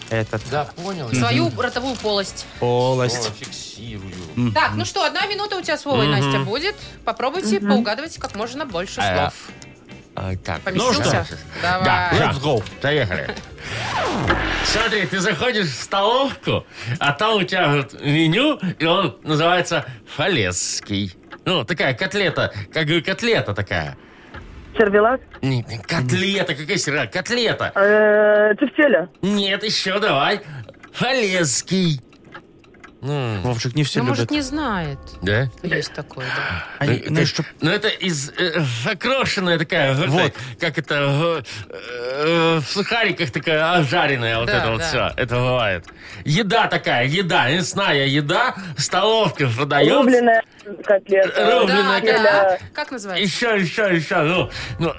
Speaker 4: этот
Speaker 2: Да, понял.
Speaker 3: Свою ротовую полость.
Speaker 4: полость.
Speaker 2: Фиксирую.
Speaker 3: Так, ну что, одна минута у тебя с Вовой, Настя, будет. Попробуйте поугадывать как можно больше
Speaker 2: А,
Speaker 3: слов.
Speaker 2: так.
Speaker 4: Ну
Speaker 3: Поместился?
Speaker 2: Да,
Speaker 3: Давай.
Speaker 2: да.
Speaker 4: Let's go.
Speaker 2: Поехали. Смотри, ты заходишь в столовку, а там у тебя вот меню, и он называется фалесский. Ну, такая котлета, как бы котлета такая.
Speaker 8: Сервелат.
Speaker 2: Не, не, котлета, какая сера, котлета.
Speaker 8: Э, Тефтеля.
Speaker 2: Нет, еще давай. Фалесский. Ну,
Speaker 4: Вовчик не все
Speaker 3: Ну, может,
Speaker 4: любят.
Speaker 3: не знает.
Speaker 2: да?
Speaker 3: Есть такое, да.
Speaker 4: Они-
Speaker 2: Э,
Speaker 4: знаешь,
Speaker 2: ты-
Speaker 4: что-
Speaker 2: Ну, это из э, окрошенная такая, э,
Speaker 4: Вот.
Speaker 2: как это, э, э, в сухариках такая ожаренная, вот
Speaker 3: Да,
Speaker 2: это вот
Speaker 3: да.
Speaker 2: все, это бывает. Еда такая, еда, мясная еда, столовка э, продается.
Speaker 8: Рубленая котлета.
Speaker 2: Рубленая
Speaker 3: Да, да.
Speaker 8: котлета.
Speaker 3: Как называется?
Speaker 2: Еще, еще, еще, ну, ну,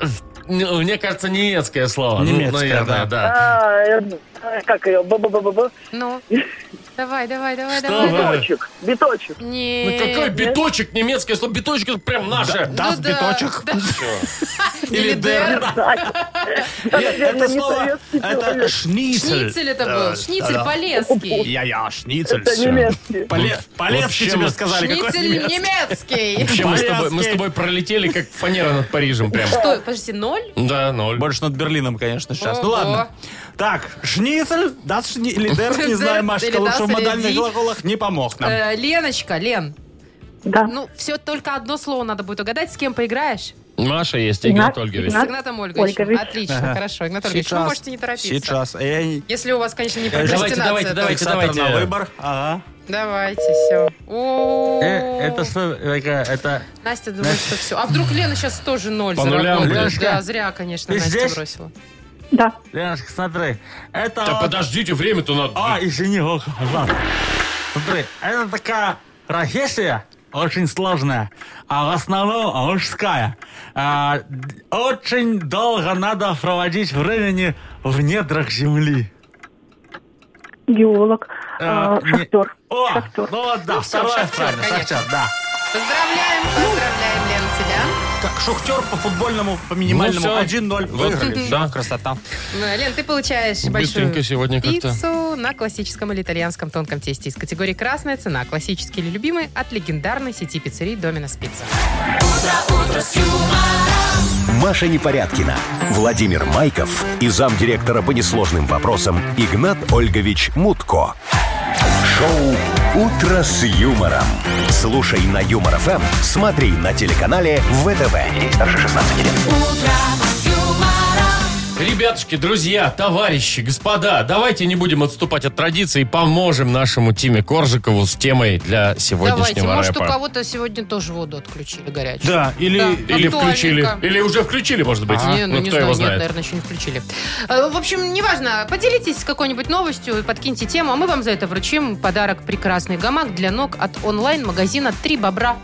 Speaker 2: ну, мне кажется, немецкое слово. Ну,
Speaker 4: Немецкое,
Speaker 2: наверное,
Speaker 4: да.
Speaker 2: да.
Speaker 8: А, э, Как ее? Б-б-б-б-б.
Speaker 3: Ну, давай, давай, давай,
Speaker 2: Что
Speaker 3: давай.
Speaker 2: вы?
Speaker 3: давай.
Speaker 8: Биточек. Биточек.
Speaker 2: Ну,
Speaker 3: Нет.
Speaker 2: какой биточек, немецкое слово, биточек, это прям наше.
Speaker 4: Да,
Speaker 3: Ну
Speaker 4: с
Speaker 3: да,
Speaker 4: биточек.
Speaker 3: да.
Speaker 4: Или дер. Нет,
Speaker 8: наверное,
Speaker 4: Э, Это
Speaker 8: не
Speaker 4: слово,
Speaker 8: советский
Speaker 4: это
Speaker 8: человек.
Speaker 4: шницель.
Speaker 3: Шницель это был, шницель
Speaker 4: да.
Speaker 3: полезский.
Speaker 4: Я-я, шницель.
Speaker 8: Это немецкий.
Speaker 4: Поле- Полезки
Speaker 2: Вообще
Speaker 4: тебе
Speaker 2: мы-
Speaker 4: сказали. какой
Speaker 3: Шницель
Speaker 4: немецкий.
Speaker 3: немецкий.
Speaker 2: Вообще, мы с, тобой, мы с
Speaker 4: Полезский.
Speaker 2: тобой пролетели, как фанера над Парижем прям.
Speaker 3: Что, подожди, ноль?
Speaker 2: Да, ноль.
Speaker 4: Больше над Берлином, конечно, сейчас. Ну
Speaker 3: Ого.
Speaker 4: ладно. Так, шницель, да, шни... или дер, не
Speaker 3: Дер,
Speaker 4: знаю, Машка,
Speaker 3: или
Speaker 4: лучше
Speaker 3: дас,
Speaker 4: в
Speaker 3: или
Speaker 4: модальных
Speaker 3: ди.
Speaker 4: глаголах не помог нам.
Speaker 3: Э, Леночка, Лен,
Speaker 8: Да.
Speaker 3: ну все только одно слово надо будет угадать, с кем поиграешь?
Speaker 2: Маша есть, Игнат
Speaker 8: Игнат,
Speaker 2: Ольгович.
Speaker 3: С
Speaker 8: Игнат
Speaker 3: Игнатом Ольговичем.
Speaker 8: Ольгович.
Speaker 3: Отлично,
Speaker 4: Ага.
Speaker 3: хорошо. Игнат Ольгович, вы можете не торопиться.
Speaker 4: Сейчас. Я не-
Speaker 3: Если у вас, конечно, не
Speaker 4: Э, давайте,
Speaker 3: прокрастинация.
Speaker 2: давайте,
Speaker 3: то-
Speaker 2: давайте.
Speaker 4: Фиксатор на выбор. Ага.
Speaker 3: Давайте, все.
Speaker 4: Э, что такое? Это...
Speaker 3: Настя думает, что все. А вдруг Лена сейчас тоже ноль
Speaker 2: По нулям
Speaker 3: заработает?
Speaker 4: будет.
Speaker 3: Да, зря, конечно,
Speaker 4: Ты
Speaker 3: Настя
Speaker 4: здесь?
Speaker 3: бросила.
Speaker 8: Да.
Speaker 4: Леночка, смотри. Это...
Speaker 2: Да
Speaker 4: вот-
Speaker 2: подождите, время-то надо.
Speaker 4: А, извини, ох, ладно. Смотри, это такая профессия, очень сложная, а в основном мужская. А, д- очень долго надо проводить времени в недрах земли.
Speaker 8: Геолог,
Speaker 4: А,
Speaker 8: а, шахтер.
Speaker 4: О, ну вот да, второе правильно, шахтер, да.
Speaker 3: Поздравляем, поздравляем, Лен, тебя.
Speaker 4: Как шахтер по футбольному, по
Speaker 2: минимальному
Speaker 4: минимальному
Speaker 2: 1:0
Speaker 4: 1-0
Speaker 2: Ну выиграли.
Speaker 4: выиграли.
Speaker 2: Да.
Speaker 4: красота.
Speaker 3: Ну, Лен, ты получаешь большую
Speaker 2: Быстренько сегодня как-то.
Speaker 3: пиццу на классическом или итальянском тонком тесте из категории «Красная цена». Классический или любимый от легендарной сети пиццерий «Доминос Пицца».
Speaker 1: Маша Непорядкина, Владимир Майков и замдиректора по несложным вопросам Игнат Ольгович Мутко. Шоу «Утро с юмором». Слушай на Юмор ФМ, смотри на телеканале ВТВ. Здесь старше 16 лет.
Speaker 2: Ребятушки, друзья, товарищи, господа, давайте не будем отступать от традиции и поможем нашему Тиме Коржикову с темой для
Speaker 3: Давайте,
Speaker 2: сегодняшнего
Speaker 3: может, у
Speaker 2: рэпа.
Speaker 3: кого-то сегодня тоже воду отключили горячую.
Speaker 4: Да, или...
Speaker 2: Или включили.
Speaker 3: актуальненько.
Speaker 2: Или уже включили, может быть.
Speaker 3: Не, ну,
Speaker 2: ну,
Speaker 3: не
Speaker 2: кто
Speaker 3: знаю,
Speaker 2: его
Speaker 3: нет,
Speaker 2: знает.
Speaker 3: наверное, еще не включили. Э, В общем, неважно, поделитесь какой-нибудь новостью, подкиньте тему, а мы вам за это вручим подарок прекрасный гамак для ног от онлайн-магазина «Три бобра».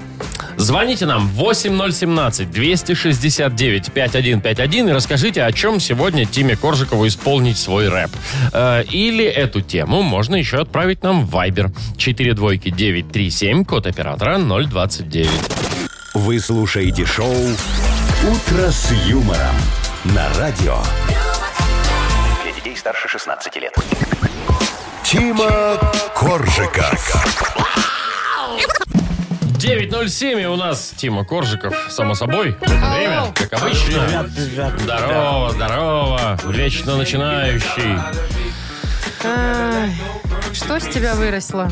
Speaker 2: Звоните нам 8017-269-5151 и расскажите, о чем сегодня Тиме Коржикову исполнить свой рэп. Э, Или эту тему можно еще отправить нам в Viber 42937, код оператора 029.
Speaker 1: Вы слушаете шоу «Утро с юмором» на радио.
Speaker 6: Для детей старше 16 лет.
Speaker 1: Тима Коржика.
Speaker 2: 907 и у нас Тима Коржиков, само собой, в это время, как обычно. Здорово, здорово, вечно начинающий.
Speaker 3: Ай, Что с тебя выросло?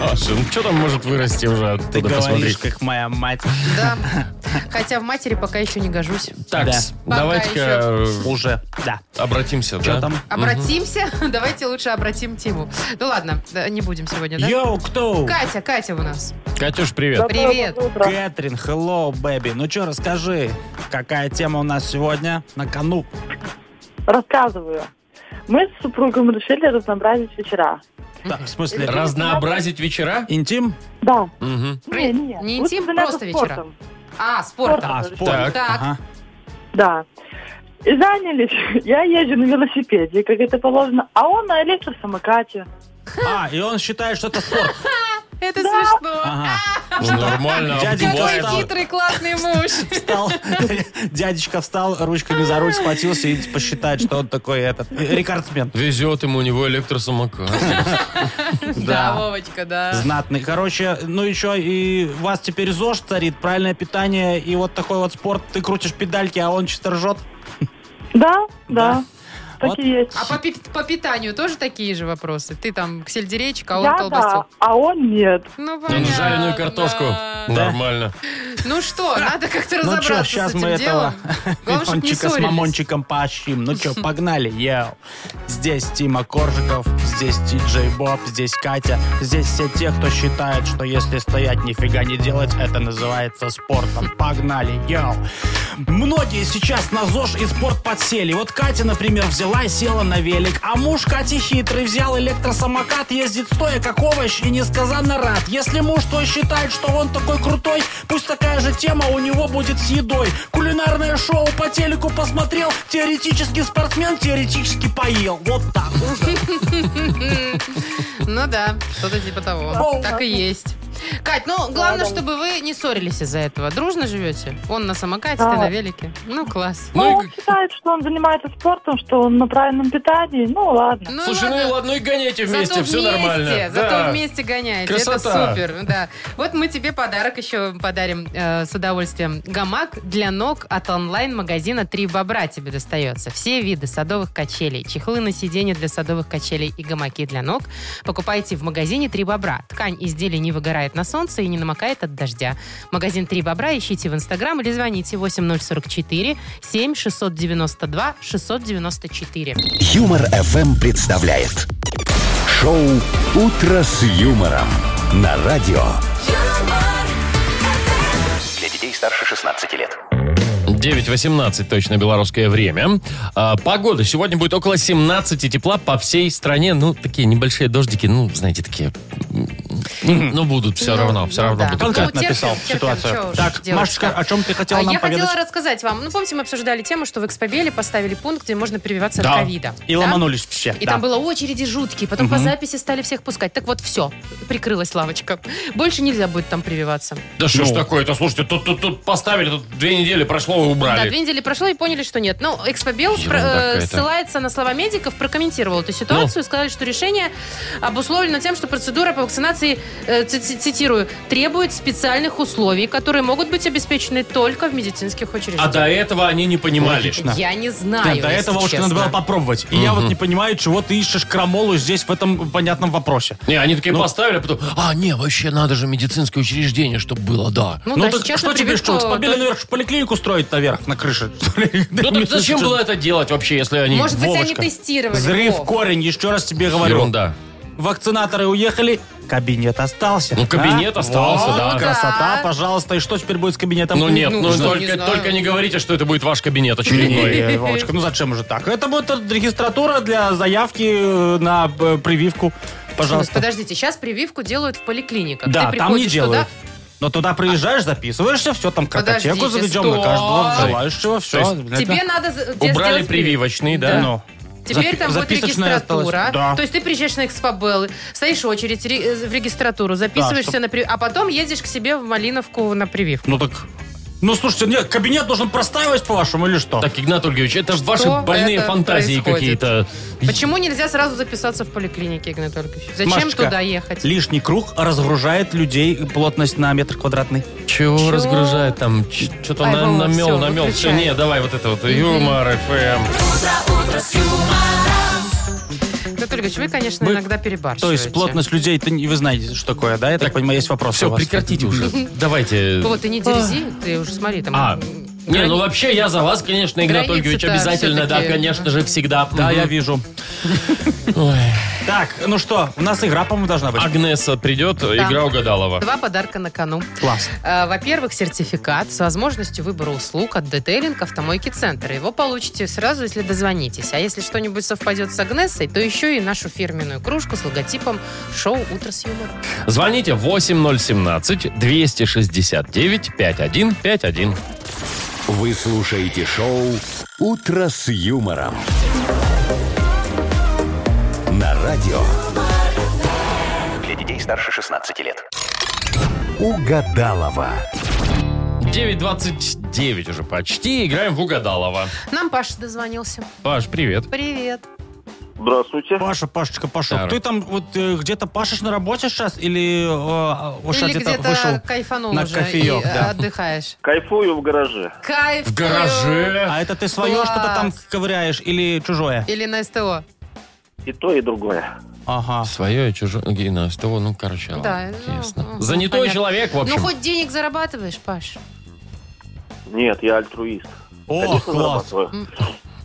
Speaker 2: Маша, ну что там может вырасти уже оттуда
Speaker 4: Ты говоришь,
Speaker 2: посмотреть?
Speaker 4: как моя мать.
Speaker 3: Да. Хотя в матери пока еще не гожусь.
Speaker 2: Так,
Speaker 4: Да.
Speaker 3: Пока
Speaker 2: давайте-ка э,
Speaker 4: Уже, да.
Speaker 2: обратимся,
Speaker 4: Что
Speaker 2: да?
Speaker 4: там?
Speaker 3: Обратимся? Давайте лучше обратим Тиму. Ну ладно, да, не будем сегодня, да?
Speaker 4: Йоу, кто?
Speaker 3: Катя, Катя у нас.
Speaker 2: Катюш, привет.
Speaker 3: Привет.
Speaker 4: Кэтрин, hello, бэби. Ну что, расскажи, какая тема у нас сегодня на кону?
Speaker 8: Рассказываю. Мы с супругом решили разнообразить вечера.
Speaker 4: Так, в смысле, раз...
Speaker 2: Разнообразить вечера?
Speaker 4: интим?
Speaker 8: Да.
Speaker 2: Мгм.
Speaker 3: При-
Speaker 8: Не, не.
Speaker 3: не
Speaker 8: Лучше
Speaker 3: интим,
Speaker 8: заняться
Speaker 3: просто
Speaker 8: спортом.
Speaker 3: А, спортом.
Speaker 4: А,
Speaker 8: Разрешили.
Speaker 4: спорт.
Speaker 2: Так.
Speaker 4: Ага.
Speaker 8: Да. И занялись. Я езжу на велосипеде, как это положено, а он на электросамокате.
Speaker 4: А, и он считает, что это спорт.
Speaker 3: Это смешно.
Speaker 4: Ага.
Speaker 2: Ну, нормально,
Speaker 4: Дяденька
Speaker 2: обдувает.
Speaker 4: встал.
Speaker 3: Какой хитрый, классный муж.
Speaker 4: Встал, дядечка встал, ручками за руль схватился и посчитает, что он такой этот э, рекордсмен.
Speaker 2: Везет ему у него электросамокат.
Speaker 3: Да, Вовочка, да.
Speaker 4: Знатный. Короче, ну еще и у вас теперь ЗОЖ царит, правильное питание и вот такой вот спорт. Ты крутишь педальки, а он чисто ржет.
Speaker 8: Да, да. Так
Speaker 4: Вот.
Speaker 8: и есть.
Speaker 3: А по, пи- по питанию тоже такие же вопросы? Ты там к сельдерейчик, а он
Speaker 8: Я
Speaker 3: колбасу.
Speaker 8: да, а он нет.
Speaker 3: Ну,
Speaker 2: Он
Speaker 3: понятно.
Speaker 2: жареную картошку. Нормально.
Speaker 3: Ну что, надо как-то
Speaker 4: Ну
Speaker 3: разобраться
Speaker 4: что,
Speaker 3: с
Speaker 4: сейчас
Speaker 3: этим
Speaker 4: мы этого
Speaker 3: делом. Главное, чтобы не
Speaker 4: Иванчика с
Speaker 3: ссорились.
Speaker 4: Мамончиком поощрим. Ну что, погнали, еу. Здесь Тима Коржиков, здесь Диджей Боб, здесь Катя, здесь все те, кто считает, что если стоять нифига не делать, это называется спортом. Погнали, еу. Многие сейчас на ЗОЖ и спорт подсели. Вот Катя, например, взяла и села на велик, а муж Кати хитрый взял электросамокат, ездит стоя как овощ и несказанно рад. Если муж то считает, что он такой крутой, пусть такая же тема у него будет с едой. Кулинарное шоу по телеку посмотрел, теоретически спортсмен, теоретически поел. Вот так.
Speaker 3: Ну да, что-то типа того. Так и есть. Кать, ну главное, чтобы вы не ссорились из-за этого. Дружно живете? Он на самокате, ты
Speaker 8: Да.
Speaker 3: на велике. Ну класс.
Speaker 8: Ну,
Speaker 2: Ну и
Speaker 8: он считает, что он занимается спортом, что он на правильном питании. Ну, ладно.
Speaker 3: Ну
Speaker 2: Слушай, ну и ладно, и гоняйте вместе,
Speaker 3: Зато
Speaker 2: все
Speaker 3: вместе,
Speaker 2: нормально.
Speaker 3: Зато
Speaker 2: Да.
Speaker 3: вместе гоняете.
Speaker 2: Красота.
Speaker 3: Это супер. Да. Вот мы тебе подарок еще подарим э, с удовольствием. Гамак для ног от онлайн-магазина «Три бобра» тебе достается. Все виды садовых качелей, чехлы на сиденье для садовых качелей и гамаки для ног покупайте в магазине «Три бобра». Ткань изделий не выгорает на солнце и не намокает от дождя. Магазин «Три бобра» ищите в Инстаграм или звоните 8044 7 692 694.
Speaker 1: Юмор ФМ представляет. Шоу «Утро с юмором» на радио.
Speaker 6: Для детей старше 16 лет.
Speaker 2: 9.18 точно белорусское время. А, погода. Сегодня будет около 17 тепла по всей стране. Ну, такие небольшие дождики. Ну, знаете, такие м, Ну, будут все равно, все равно
Speaker 3: ну да.
Speaker 2: будут.
Speaker 3: Конкретно
Speaker 2: Терпим,
Speaker 4: написал
Speaker 3: терпим, чё
Speaker 4: ситуацию.
Speaker 3: уж
Speaker 4: Так,
Speaker 3: делать-то.
Speaker 4: Машечка, о чем ты хотела
Speaker 3: А
Speaker 4: нам
Speaker 3: я
Speaker 4: поведать?
Speaker 3: хотела рассказать вам. Ну, помните, мы обсуждали тему, что в Экспобеле поставили пункт, где можно прививаться
Speaker 4: Да.
Speaker 3: от ковида.
Speaker 4: А, И
Speaker 3: Да?
Speaker 4: ломанулись все.
Speaker 3: И
Speaker 4: да.
Speaker 3: там было очереди жуткие. Потом по
Speaker 4: Мгм.
Speaker 3: записи стали всех пускать. Так вот, все. Прикрылась лавочка. Больше нельзя будет там прививаться.
Speaker 2: Да что ж
Speaker 4: Ну.
Speaker 2: такое-то, слушайте, тут, тут, тут поставили, тут две недели прошло,
Speaker 4: А
Speaker 3: Ну Да,
Speaker 2: убрали.
Speaker 3: две недели прошло и поняли, что нет. Ну, Экспобел спро-
Speaker 2: Ерунда
Speaker 3: э,
Speaker 2: какая-то.
Speaker 3: ссылается на слова медиков, прокомментировал эту
Speaker 4: Ну.
Speaker 3: ситуацию, сказали, что решение обусловлено тем, что процедура по вакцинации, э, ци- ци- цитирую, требует специальных условий, которые могут быть обеспечены только в медицинских
Speaker 2: а
Speaker 3: учреждениях.
Speaker 2: до этого они не понимали.
Speaker 4: Логично.
Speaker 3: Я не знаю,
Speaker 4: Да, до
Speaker 3: если
Speaker 4: этого вот
Speaker 3: честно.
Speaker 4: надо было попробовать. И я вот не понимаю, чего ты ищешь крамолу здесь в этом понятном вопросе.
Speaker 2: Не, они такие
Speaker 4: Ну.
Speaker 2: поставили, а потом, а, не, вообще надо же медицинское учреждение, чтобы было, да.
Speaker 3: Ну,
Speaker 4: Ну,
Speaker 3: да,
Speaker 4: так
Speaker 3: сейчас
Speaker 4: что
Speaker 3: на
Speaker 4: тебе,
Speaker 3: прививку-
Speaker 4: что, побили наверх поликлинику строить наверх на крыше? что ли?
Speaker 2: Ну, так зачем было это делать вообще, если они...
Speaker 3: Может быть, они
Speaker 4: Вовочка,
Speaker 3: тестировали.
Speaker 4: Взрыв
Speaker 3: Вов.
Speaker 4: корень, еще раз тебе говорю.
Speaker 2: Ерунда.
Speaker 4: Вакцинаторы уехали, кабинет остался.
Speaker 2: Ну, кабинет
Speaker 4: А?
Speaker 2: остался,
Speaker 4: Вот,
Speaker 2: да.
Speaker 4: Красота,
Speaker 3: Да.
Speaker 4: пожалуйста. И что теперь будет с кабинетом?
Speaker 2: Ну нет, ну,
Speaker 3: ну,
Speaker 2: только,
Speaker 3: не знаю.
Speaker 2: только не говорите, что это будет ваш кабинет очередной.
Speaker 4: Не, Вовочка, ну зачем же так? Это будет регистратура для заявки э, на э, прививку.
Speaker 3: Слушай,
Speaker 4: Пожалуйста.
Speaker 3: Подождите, сейчас прививку делают в поликлиниках.
Speaker 4: Да,
Speaker 3: а Ты
Speaker 4: там не
Speaker 3: приходишь
Speaker 4: делают.
Speaker 3: туда-
Speaker 4: Но туда приезжаешь, записываешься, все, там
Speaker 3: Подождите,
Speaker 4: картотеку заведем на
Speaker 3: стоп.
Speaker 4: каждого желающего,
Speaker 2: То
Speaker 4: все.
Speaker 3: Тебе надо... за- тебе
Speaker 2: Убрали
Speaker 3: сделать прививку.
Speaker 2: прививочный, да?
Speaker 4: Ну,
Speaker 3: Теперь
Speaker 4: Запи-
Speaker 3: там будет
Speaker 4: записочная
Speaker 3: регистратура.
Speaker 4: осталась. Да.
Speaker 3: То есть ты приезжаешь на Экспобел, стоишь в очередь ре- э, в регистратуру, записываешься
Speaker 4: чтоб-
Speaker 3: на прививку, а потом едешь к себе в Малиновку на прививку.
Speaker 4: ну так... Ну, слушайте, нет, кабинет должен простаивать, по-вашему, или что?
Speaker 2: Так, Игнат Ольгович, это ваши
Speaker 3: это
Speaker 2: больные фантазии
Speaker 3: происходит?
Speaker 2: какие-то.
Speaker 3: Почему нельзя сразу записаться в поликлинике, Игнат Ольгович? Зачем
Speaker 4: Машечка,
Speaker 3: туда ехать?
Speaker 4: Лишний круг разгружает людей плотность на метр квадратный.
Speaker 2: Чего
Speaker 3: Чё?
Speaker 2: разгружает там? Что-то
Speaker 3: Ай,
Speaker 2: на,
Speaker 3: Вова,
Speaker 2: намел,
Speaker 3: всё,
Speaker 2: намел. Все,
Speaker 3: выключай.
Speaker 2: не, давай вот это вот. Юмор, эм». ФМ.
Speaker 3: Игнат Ольгович, вы, конечно,
Speaker 4: Мы-
Speaker 3: иногда перебарщиваете.
Speaker 4: То есть плотность людей, это не- вы знаете, что такое, да? Я так, понимаю, есть вопрос у
Speaker 2: Все,
Speaker 4: вас.
Speaker 2: прекратите уже. Давайте.
Speaker 3: Вот, ты не дерзи, ты уже смотри, там...
Speaker 2: А, не, ну вообще я за вас, конечно, Игнат
Speaker 3: Границы-то
Speaker 2: Ольгович, обязательно, да,
Speaker 3: всё-таки,
Speaker 2: конечно же, всегда.
Speaker 4: Да,
Speaker 2: Мгм.
Speaker 4: я вижу. Так, ну что, у нас игра, по-моему, должна
Speaker 3: А
Speaker 4: быть.
Speaker 2: Агнеса придет, игра угадалова.
Speaker 3: Два подарка на кону.
Speaker 4: Класс.
Speaker 3: Э, Во-первых, сертификат с возможностью выбора услуг от детейлинг автомойки центра. Его получите сразу, если дозвонитесь. А если что-нибудь совпадет с Агнессой, то еще и нашу фирменную кружку с логотипом шоу «Утро с юмором».
Speaker 2: Звоните 8017-269-5151.
Speaker 1: Вы слушаете шоу «Утро с юмором». На радио
Speaker 6: Для детей старше 16 лет.
Speaker 1: «Угадалова».
Speaker 2: 9.29 уже почти. Играем в угадалова.
Speaker 3: Нам Паша дозвонился.
Speaker 2: Паш, привет.
Speaker 3: Привет.
Speaker 5: Здравствуйте.
Speaker 4: Паша, Пашечка, Пашок,
Speaker 2: Здорово.
Speaker 4: ты там вот э, где-то пашешь на работе сейчас или э, уж
Speaker 3: Или
Speaker 4: где-то
Speaker 3: где-то
Speaker 4: вышел?
Speaker 3: кайфанул
Speaker 4: на
Speaker 3: уже
Speaker 4: кофеек,
Speaker 3: и,
Speaker 4: да.
Speaker 3: э, отдыхаешь.
Speaker 5: Кайфую в гараже.
Speaker 3: Кайф.
Speaker 2: В гараже.
Speaker 4: А это ты свое
Speaker 3: Класс.
Speaker 4: что-то там ковыряешь или чужое?
Speaker 3: Или на СТО.
Speaker 5: И то, и другое.
Speaker 4: Ага.
Speaker 2: Свое А, и чужое. И на СТО, ну, короче, ладно,
Speaker 3: Да, ну,
Speaker 2: ясно.
Speaker 3: ну,
Speaker 2: Занятой
Speaker 3: понятно.
Speaker 2: человек, в общем.
Speaker 3: Ну, хоть денег зарабатываешь, Паш?
Speaker 5: Нет, я альтруист.
Speaker 4: О, класс.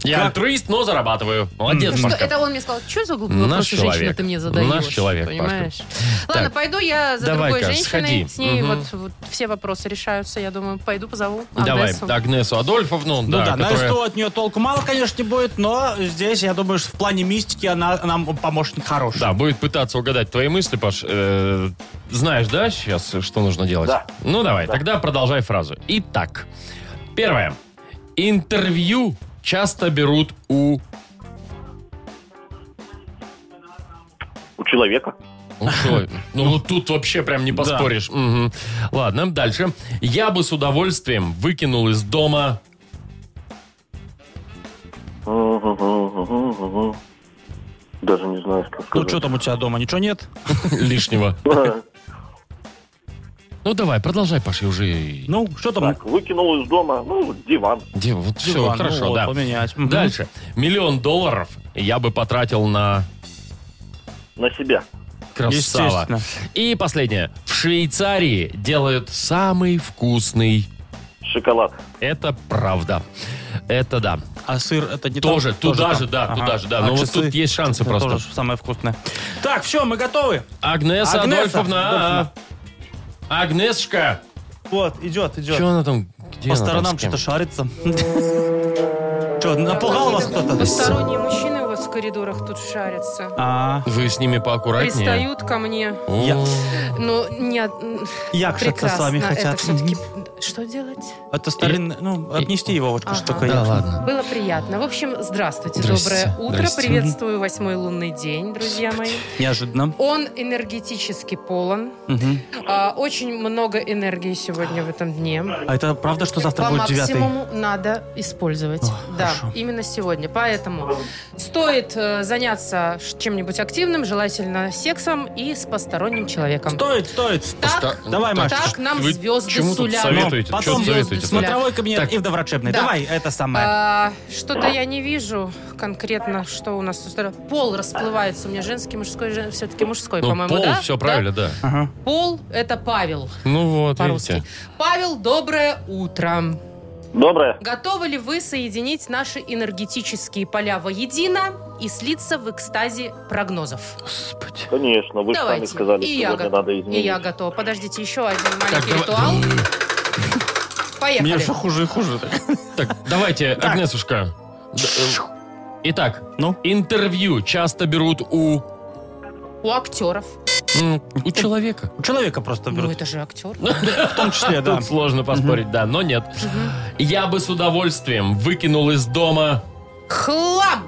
Speaker 2: Я
Speaker 4: как-
Speaker 2: альтруист, но зарабатываю. Молодец,
Speaker 3: Что,
Speaker 2: Машка.
Speaker 3: это он мне сказал, что за глупый
Speaker 2: Наш
Speaker 3: вопрос женщина
Speaker 2: человек.
Speaker 3: ты мне задаешь?
Speaker 2: Наш человек, Пашка.
Speaker 3: понимаешь? Ладно,
Speaker 2: Так.
Speaker 3: пойду я за
Speaker 2: Давай-ка,
Speaker 3: другой женщиной.
Speaker 2: сходи.
Speaker 3: С ней
Speaker 2: Мгм.
Speaker 3: вот, вот все вопросы решаются, я думаю. Пойду позову
Speaker 2: Давай,
Speaker 3: Агнесу.
Speaker 2: Агнесу Адольфовну,
Speaker 4: Ну да,
Speaker 2: да,
Speaker 4: на
Speaker 2: которая...
Speaker 4: СТО от нее толку мало, конечно, не будет, но здесь, я думаю, что в плане мистики она нам помощник хороший.
Speaker 2: Да, будет пытаться угадать твои мысли, Паш. Э, знаешь, да, сейчас, что нужно делать?
Speaker 5: Да.
Speaker 2: Ну давай,
Speaker 5: Да.
Speaker 2: тогда продолжай фразу. Итак, первое. Интервью часто берут у...
Speaker 5: У человека.
Speaker 2: у чего? Ну вот тут вообще прям не поспоришь. Мгм. Ладно, дальше. Я бы с удовольствием выкинул из дома...
Speaker 5: Даже не знаю, что
Speaker 4: Ну что
Speaker 5: сказать.
Speaker 4: там у тебя дома, ничего нет?
Speaker 2: лишнего.
Speaker 5: Ага.
Speaker 2: Ну давай, продолжай, Паша, уже.
Speaker 4: Ну, что там?
Speaker 5: Так, выкинул из дома, ну, диван.
Speaker 2: Дим, вот все,
Speaker 4: Диван, ну
Speaker 2: хорошо,
Speaker 4: вот,
Speaker 2: да.
Speaker 4: поменять. Мгм.
Speaker 2: Дальше. Миллион долларов я бы потратил на
Speaker 5: На себя.
Speaker 2: красава.
Speaker 4: Естественно.
Speaker 2: И последнее. В Швейцарии делают самый вкусный.
Speaker 5: Шоколад.
Speaker 2: Это правда. Это да.
Speaker 4: А сыр это не
Speaker 2: Тоже,
Speaker 4: там?
Speaker 2: туда
Speaker 4: там.
Speaker 2: же, да,
Speaker 4: Ага.
Speaker 2: туда же, да.
Speaker 4: А
Speaker 2: Но вот
Speaker 4: часы?
Speaker 2: тут есть шансы
Speaker 4: Это
Speaker 2: просто.
Speaker 4: тоже самое вкусное. Так, все, мы готовы.
Speaker 2: Агнеса
Speaker 4: Агнеса
Speaker 2: Адольфовна. а?
Speaker 4: Адольфовна.
Speaker 2: Агнесшка.
Speaker 4: Вот, идет, идет.
Speaker 2: Что она там? Где она там,
Speaker 4: По сторонам
Speaker 2: с кем?
Speaker 4: что-то шарится. Что, напугал вас кто-то?
Speaker 3: Посторонние мужчины у вас в коридорах тут шарятся.
Speaker 4: А,
Speaker 2: Вы с ними поаккуратнее.
Speaker 3: Пристают ко мне.
Speaker 2: О,
Speaker 4: Я-
Speaker 3: Ну, не... од-
Speaker 4: Якшаться с
Speaker 3: Прекрасно.
Speaker 4: вами
Speaker 3: Это
Speaker 4: хотят.
Speaker 3: все-таки... Что делать?
Speaker 4: Это старин... Ну, обнести его, вот что такое.
Speaker 2: Да
Speaker 4: якшаться.
Speaker 2: ладно.
Speaker 3: Было приятно. В общем, здравствуйте,
Speaker 4: Здрасте.
Speaker 3: доброе утро.
Speaker 4: Здрасте.
Speaker 3: Приветствую восьмой лунный день, друзья мои.
Speaker 4: Неожиданно.
Speaker 3: Он энергетически полон.
Speaker 4: Мгм.
Speaker 3: А, Очень много энергии сегодня в этом дне.
Speaker 4: А это правда, что завтра
Speaker 3: По
Speaker 4: будет девятый?
Speaker 3: максимуму надо использовать. да, именно сегодня. Поэтому стоит э, заняться ш- чем-нибудь активным, желательно сексом и с посторонним человеком.
Speaker 4: Стоит, стоит.
Speaker 3: Так,
Speaker 4: Давай,
Speaker 3: так,
Speaker 4: Машечка.
Speaker 3: нам
Speaker 2: вы
Speaker 3: звезды
Speaker 2: чему тут
Speaker 3: сулят.
Speaker 2: советуете?
Speaker 4: Ну,
Speaker 2: Чё
Speaker 4: потом
Speaker 2: советуете?
Speaker 4: смотровой кабинет
Speaker 2: Так.
Speaker 4: и врачебный.
Speaker 3: Да.
Speaker 4: Давай, это самое.
Speaker 3: А, Что-то я не вижу конкретно, что у нас тут. здорово. Пол расплывается у меня женский, мужской, все-таки мужской,
Speaker 2: Ну,
Speaker 3: по-моему,
Speaker 2: пол,
Speaker 3: да?
Speaker 2: все
Speaker 3: Да?
Speaker 2: правильно, да.
Speaker 3: Пол – это Павел
Speaker 2: Ну вот,
Speaker 3: по-русски.
Speaker 2: видите.
Speaker 3: Павел, доброе утро.
Speaker 5: Доброе.
Speaker 3: Готовы ли вы соединить наши энергетические поля воедино и слиться в экстазе прогнозов?
Speaker 5: Конечно, вы же сами
Speaker 3: Давайте.
Speaker 5: сказали,
Speaker 3: и,
Speaker 5: что
Speaker 3: я
Speaker 5: сегодня
Speaker 3: готов.
Speaker 5: надо
Speaker 3: и
Speaker 5: изменить.
Speaker 3: я готова. Подождите, еще один
Speaker 2: Так,
Speaker 3: маленький
Speaker 2: давай-
Speaker 3: ритуал. Поехали.
Speaker 4: Мне все хуже и хуже.
Speaker 2: Так, давайте, Агнесушка. Д- э, Итак, интервью часто берут у...
Speaker 3: У актеров.
Speaker 2: м, У человека.
Speaker 4: У человека просто
Speaker 3: Ну,
Speaker 4: берут.
Speaker 3: это же актер.
Speaker 4: В том числе, да.
Speaker 2: Тут сложно поспорить, да, но нет. Я бы с удовольствием выкинул из дома...
Speaker 3: Хлам!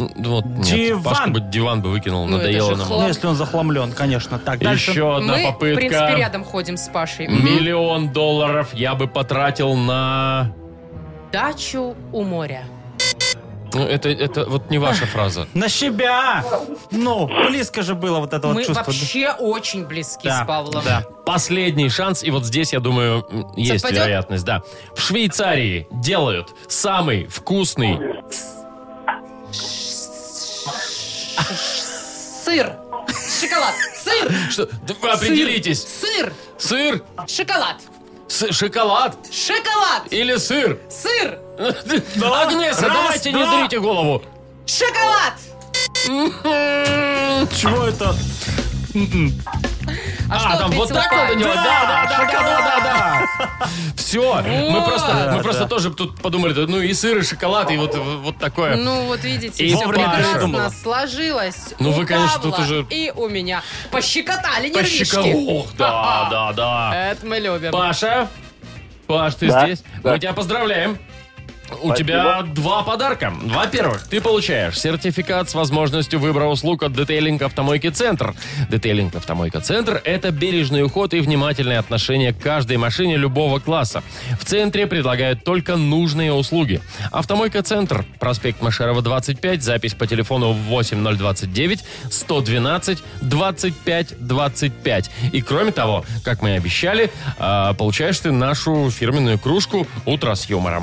Speaker 2: М, Вот, нет,
Speaker 4: Диван.
Speaker 2: Пашка бы диван бы выкинул,
Speaker 3: Ну, это
Speaker 2: надоело
Speaker 3: же
Speaker 2: нам.
Speaker 3: хлоп.
Speaker 4: Ну, если он захламлен, конечно. Так, дальше.
Speaker 2: Еще одна
Speaker 3: Мы,
Speaker 2: попытка.
Speaker 3: в принципе, рядом ходим с Пашей. Мгм.
Speaker 2: Миллион долларов я бы потратил на...
Speaker 3: Дачу у моря.
Speaker 2: Ну, это, это вот не ваша фраза.
Speaker 4: На себя! Ну, близко же было вот это
Speaker 3: Мы
Speaker 4: вот чувство.
Speaker 3: вообще очень близки
Speaker 4: Да,
Speaker 3: с Павлом.
Speaker 4: да.
Speaker 2: Последний шанс, и вот здесь, я думаю, м, есть
Speaker 3: Совпадет?
Speaker 2: вероятность, да. В Швейцарии делают самый вкусный
Speaker 3: Сыр. Шоколад. Сыр.
Speaker 2: Что? Да вы определитесь.
Speaker 3: Сыр.
Speaker 2: Сыр,
Speaker 3: Шоколад.
Speaker 2: С- шоколад
Speaker 3: Шоколад.
Speaker 2: или сыр?
Speaker 3: Сыр.
Speaker 2: Агнеса,
Speaker 4: Раз,
Speaker 2: давайте не
Speaker 4: два.
Speaker 2: дрите голову.
Speaker 3: Шоколад.
Speaker 4: да. Чего это?
Speaker 2: А, там вот
Speaker 3: ответила
Speaker 2: так надо
Speaker 3: Павел?
Speaker 2: делать? Да, да, да, да, да, да, Все, мы
Speaker 3: Вот.
Speaker 2: просто, мы
Speaker 4: Да,
Speaker 2: просто
Speaker 4: да.
Speaker 2: тоже тут подумали, да, ну и сыр, и шоколад, и вот, вот такое.
Speaker 3: Ну, вот видите,
Speaker 2: И
Speaker 3: все
Speaker 2: Паша.
Speaker 3: прекрасно сложилось.
Speaker 2: Ну,
Speaker 3: у
Speaker 2: вы, конечно, тут
Speaker 3: Павла
Speaker 2: уже-
Speaker 3: И у меня. Пощекотали
Speaker 2: По
Speaker 3: нервишки.
Speaker 2: щекам. Ох, да,
Speaker 3: Ха-ха.
Speaker 2: да, да.
Speaker 3: Это мы любим.
Speaker 2: Паша, Паш, ты
Speaker 5: Да,
Speaker 2: здесь?
Speaker 5: да.
Speaker 2: Мы тебя поздравляем. У тебя два подарка. Во-первых, ты получаешь сертификат с возможностью выбора услуг от детейлинг автомойки «Центр». Детейлинг автомойка «Центр» — это бережный уход и внимательное отношение к каждой машине любого класса. В «Центре» предлагают только нужные услуги. Автомойка «Центр», проспект Машерова, 25, запись по телефону 8029 112 25 25. И кроме того, как мы и обещали, а, получаешь ты нашу фирменную кружку «Утро с юмором».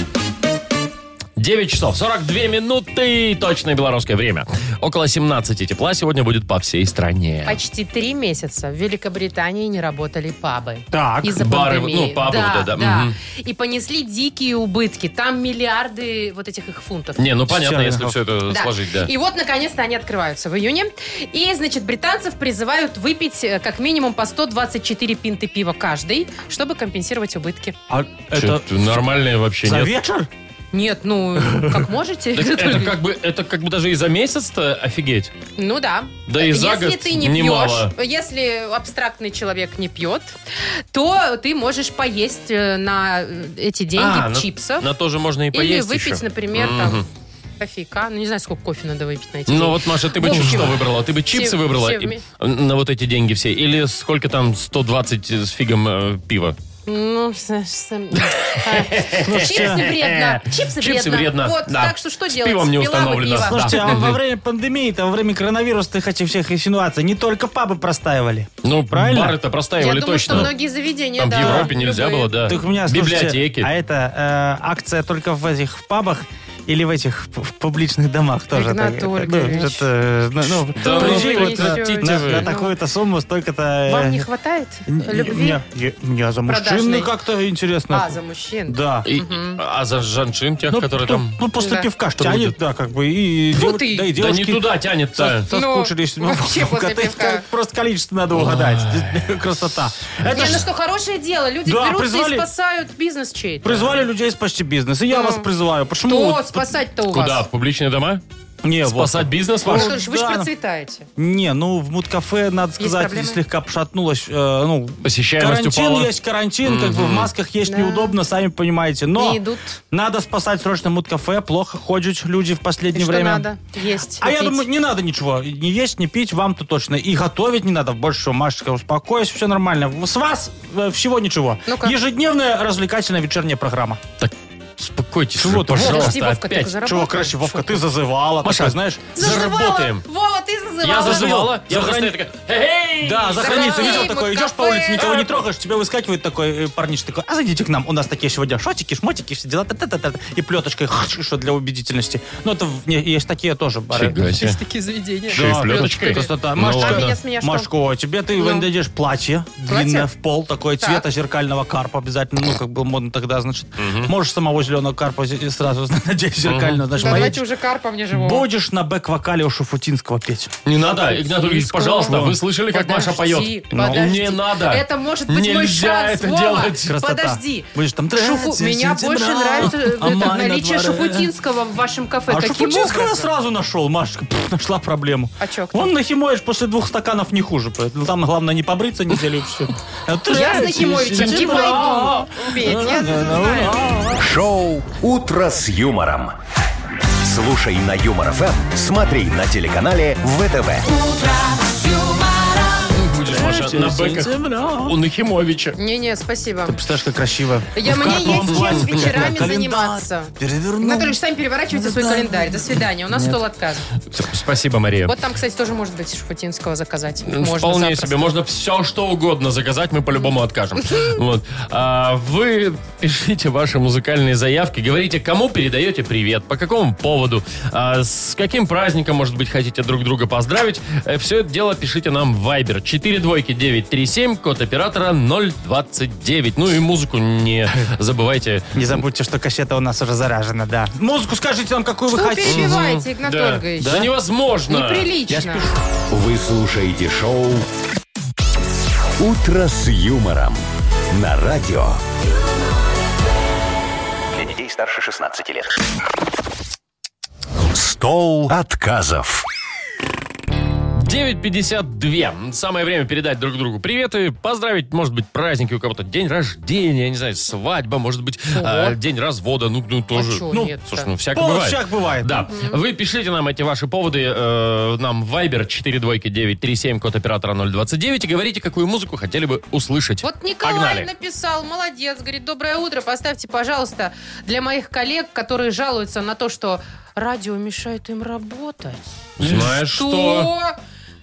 Speaker 2: 9 часов 42 минуты, точное белорусское время. Около 17 тепла сегодня будет по всей стране.
Speaker 3: Почти три месяца в Великобритании не работали пабы.
Speaker 4: Так.
Speaker 3: Из-за
Speaker 2: бары,
Speaker 3: пандемии.
Speaker 2: ну, пабы,
Speaker 3: да,
Speaker 2: вот это, мгм.
Speaker 3: И понесли дикие убытки. Там миллиарды вот этих их фунтов.
Speaker 2: Не, ну понятно,
Speaker 4: Сейчас,
Speaker 2: если
Speaker 4: ага.
Speaker 2: все это
Speaker 3: Да.
Speaker 2: сложить, да.
Speaker 3: И вот, наконец-то, они открываются в июне. И, значит, британцев призывают выпить э, как минимум по 124 пинты пива каждый, чтобы компенсировать убытки.
Speaker 4: А
Speaker 2: Чё,
Speaker 4: это
Speaker 2: ты нормальное вообще
Speaker 4: за
Speaker 2: нет.
Speaker 4: вечер?
Speaker 3: Нет, ну, как можете.
Speaker 2: Так Это как бы, это как бы даже и за месяц-то офигеть.
Speaker 3: Ну да.
Speaker 2: Да и за
Speaker 3: если
Speaker 2: год
Speaker 3: ты не
Speaker 2: немало.
Speaker 3: пьешь, если абстрактный человек не пьет, то ты можешь поесть э, на эти деньги
Speaker 2: А, на-
Speaker 3: чипсов.
Speaker 2: На то же можно и
Speaker 3: или
Speaker 2: поесть
Speaker 3: выпить,
Speaker 2: ещё.
Speaker 3: например,
Speaker 2: Мгм.
Speaker 3: там кофейка. Ну, не знаю, сколько кофе надо выпить на эти деньги.
Speaker 2: Ну вот, Маша, ты бы
Speaker 3: В общем,
Speaker 2: что выбрала? Ты бы чипсы
Speaker 3: все-
Speaker 2: выбрала
Speaker 3: все
Speaker 2: и-
Speaker 3: вме-
Speaker 2: на вот эти деньги все? Или сколько там 120 с фигом э, пива?
Speaker 3: Ну, с- с- э, чипсы вредно. Чипсы,
Speaker 2: Чипсы вредно,
Speaker 3: Вот,
Speaker 2: да.
Speaker 3: так что что
Speaker 2: С
Speaker 3: делать?
Speaker 2: пивом не
Speaker 3: Пила бы
Speaker 2: установлено.
Speaker 3: пиво.
Speaker 4: Слушайте, а во время пандемии, то во время коронавируса этих всех инсинуаций не только пабы простаивали.
Speaker 2: Ну,
Speaker 4: Правильно.
Speaker 2: бары-то
Speaker 3: Я
Speaker 2: простаивали
Speaker 3: думаю,
Speaker 2: точно.
Speaker 3: что многие заведения,
Speaker 2: Там
Speaker 3: да,
Speaker 2: в Европе нельзя
Speaker 3: любые.
Speaker 2: было, да.
Speaker 4: а Так у меня, слушайте,
Speaker 2: Библиотеки.
Speaker 4: а это э, акция только в этих пабах. И Или в этих п- в публичных домах тоже.
Speaker 3: Игнат
Speaker 4: так, ну,
Speaker 3: Ольгович.
Speaker 4: это, ну, ну,
Speaker 2: Да
Speaker 3: вы
Speaker 4: приди вот на-
Speaker 3: несете?
Speaker 4: на- на такую-то сумму столько-то... э,
Speaker 3: Вам не хватает
Speaker 4: н-
Speaker 3: любви?
Speaker 4: не, я- Мне за
Speaker 3: Продажной.
Speaker 4: мужчин как-то интересно.
Speaker 3: А, за мужчин?
Speaker 4: Да.
Speaker 2: И- А за жанчин тех, которые
Speaker 4: ну,
Speaker 2: там...
Speaker 4: ну, после
Speaker 3: Да.
Speaker 4: пивка ж
Speaker 2: Что
Speaker 4: тянет,
Speaker 2: будет?
Speaker 4: да, как бы, и,
Speaker 3: Фу
Speaker 4: деву-
Speaker 3: ты!
Speaker 4: да,
Speaker 2: Да не
Speaker 4: и девушки
Speaker 2: туда тянет-то.
Speaker 3: Ну,
Speaker 4: соскучились.
Speaker 3: вообще после
Speaker 4: коты-
Speaker 3: пивка.
Speaker 4: Просто количество надо угадать. Красота. Это
Speaker 3: Не,
Speaker 4: ж
Speaker 3: ну что, хорошее дело. Люди
Speaker 4: Да,
Speaker 3: берутся и
Speaker 4: призвали-
Speaker 3: спасают бизнес чей-то.
Speaker 4: Призвали людей спасти бизнес. И я
Speaker 3: Ну.
Speaker 4: вас призываю. Почему?
Speaker 3: Кто
Speaker 4: вот-
Speaker 3: спасать-то у
Speaker 2: Куда?
Speaker 3: вас?
Speaker 2: В публичные дома?
Speaker 4: Не, Э, вот.
Speaker 2: Спасать бизнес
Speaker 3: Антон
Speaker 2: ваш?
Speaker 3: Анатольевич, Вы же
Speaker 4: Да.
Speaker 3: процветаете.
Speaker 4: Не, ну в мудкафе, надо сказать,
Speaker 3: проблемы?
Speaker 4: слегка пошатнулось. э, ну,
Speaker 2: Посещаемость
Speaker 4: карантин
Speaker 2: упала.
Speaker 4: есть карантин, как бы в масках есть неудобно, сами понимаете. Но
Speaker 3: Не идут.
Speaker 4: надо спасать срочно мудкафе, плохо ходят люди в
Speaker 3: И
Speaker 4: последнее
Speaker 3: что
Speaker 4: время.
Speaker 3: надо? Есть.
Speaker 4: А я
Speaker 3: пить.
Speaker 4: думаю, не надо ничего. Не есть, не пить, вам-то точно. И готовить не надо. Больше всего, Машечка, успокойся, все нормально. С вас э, всего ничего.
Speaker 3: Ну-ка.
Speaker 4: Ежедневная развлекательная вечерняя программа.
Speaker 2: Успокойтесь,
Speaker 4: Чего
Speaker 2: уже,
Speaker 4: ты, Вов?
Speaker 3: Подожди,
Speaker 2: пожалуйста,
Speaker 3: Вовка, ты
Speaker 2: опять.
Speaker 3: заработал.
Speaker 4: Чего, короче, Вовка, ты зазывала.
Speaker 2: Маша,
Speaker 4: такая, знаешь?
Speaker 3: Зазывала.
Speaker 2: Заработаем.
Speaker 3: Вова, ты зазывала.
Speaker 2: Я зазывала, я
Speaker 4: За
Speaker 2: просто
Speaker 4: грани-
Speaker 2: такая, «Эй!»
Speaker 4: Да, за
Speaker 3: за
Speaker 4: границей
Speaker 3: границей,
Speaker 4: видел такое,
Speaker 3: мы в
Speaker 4: идешь по
Speaker 3: кафе.
Speaker 4: улице, никого не трогаешь, тебя выскакивает такой э, парниш такой, а зайдите к нам, у нас такие сегодня шотики, шмотики, все дела, та-та-та-та, и плеточкой, хш, и что для убедительности. Ну, это в- не, есть такие тоже бары.
Speaker 2: Фига себе.
Speaker 3: Есть такие заведения.
Speaker 2: Еще и с плеточкой.
Speaker 4: Красота.
Speaker 2: Ну
Speaker 4: Машка,
Speaker 3: А
Speaker 2: ладно.
Speaker 3: меня с меня что?
Speaker 4: Машко, тебе ты
Speaker 3: Ну.
Speaker 4: наденешь платье,
Speaker 3: Платье?
Speaker 4: длинное в пол, такое
Speaker 3: Так.
Speaker 4: цвета зеркального карпа обязательно, ну, как было модно тогда, значит. Можешь самого зеленого карпа зе- сразу надеть зеркального, значит,
Speaker 3: Да давайте
Speaker 4: маячишь.
Speaker 3: уже карпа мне живого.
Speaker 4: Будешь на бэк-вокале у Шуфутинского петь.
Speaker 2: Не надо, Игнат Ильич, пожалуйста, вы слышали, как
Speaker 3: Подожди,
Speaker 2: Маша поет?
Speaker 4: Ну,
Speaker 3: подожди.
Speaker 2: Не надо.
Speaker 3: Это может быть мой
Speaker 2: Нельзя
Speaker 3: шанс,
Speaker 2: это
Speaker 3: Вова.
Speaker 2: делать.
Speaker 4: Красота.
Speaker 3: Подожди.
Speaker 4: Будешь там
Speaker 3: Шуфу-
Speaker 4: 13
Speaker 3: Меня
Speaker 4: сентября,
Speaker 3: больше нравится э,
Speaker 4: а
Speaker 3: это
Speaker 4: май на
Speaker 3: наличие
Speaker 4: дворе.
Speaker 3: Шуфутинского в вашем кафе.
Speaker 4: А
Speaker 3: Каким
Speaker 4: Шуфутинского я
Speaker 3: образом?
Speaker 4: сразу нашел, Машечка. Пф, нашла проблему.
Speaker 3: А чё, кто?
Speaker 4: Он Нахимович после двух стаканов не хуже. Поэтому там главное не побриться неделю и все.
Speaker 3: Я с Нахимовичем не пойду петь. Я
Speaker 2: ну
Speaker 3: знаю.
Speaker 1: Шоу «Утро с юмором». Слушай на Юмор ФМ, смотри на телеканале ВТВ.
Speaker 2: Будешь, Маша, на бэках у Нахимовича.
Speaker 3: Не-не, спасибо.
Speaker 4: Представляешь, как красиво.
Speaker 3: Я, мне есть чем вечерами заниматься.
Speaker 4: Перевернул.
Speaker 3: Анатолий, сами переворачивайте
Speaker 2: Ну,
Speaker 3: свой календарь. До свидания. У нас стол отказов.
Speaker 2: Спасибо, Мария.
Speaker 3: Вот там, кстати, тоже может быть Шуфутинского заказать.
Speaker 2: Ну, Вполне
Speaker 3: запросто.
Speaker 2: себе, можно все что угодно заказать, мы по-любому откажем. Вот. А вы пишите ваши музыкальные заявки, говорите, кому передаете привет, по какому поводу, а с каким праздником, может быть, хотите друг друга поздравить. Все это дело пишите нам в Viber. 4 двойки 937, код оператора 029. Ну и музыку не забывайте.
Speaker 4: Не забудьте, что кассета у нас уже заражена, да. Музыку скажите нам, какую вы
Speaker 3: Что вы
Speaker 4: хотите.
Speaker 3: перебиваете, Игнат
Speaker 2: Да.
Speaker 3: Ольгович? Ну,
Speaker 2: Да невозможно.
Speaker 3: Неприлично.
Speaker 1: Вы слушаете шоу «Утро с юмором» на радио.
Speaker 6: Для детей старше 16 лет.
Speaker 1: Стол отказов.
Speaker 2: 9.52. Самое время передать друг другу приветы, поздравить, может быть, праздники у кого-то, день рождения, я не знаю, свадьба, может быть,
Speaker 3: Ого.
Speaker 2: э, день развода, ну, ну тоже.
Speaker 3: А чё
Speaker 2: ну,
Speaker 3: нет-то?
Speaker 2: слушай, ну, всяко
Speaker 4: Повод
Speaker 2: бывает.
Speaker 4: всяк бывает.
Speaker 2: Да. Вы пишите нам эти ваши поводы э, нам в Viber 42937, код оператора 029, и говорите, какую музыку хотели бы услышать.
Speaker 3: Вот Николай
Speaker 2: Погнали.
Speaker 3: написал, молодец, говорит, доброе утро, поставьте, пожалуйста, для моих коллег, которые жалуются на то, что радио мешает им работать.
Speaker 2: Знаешь что?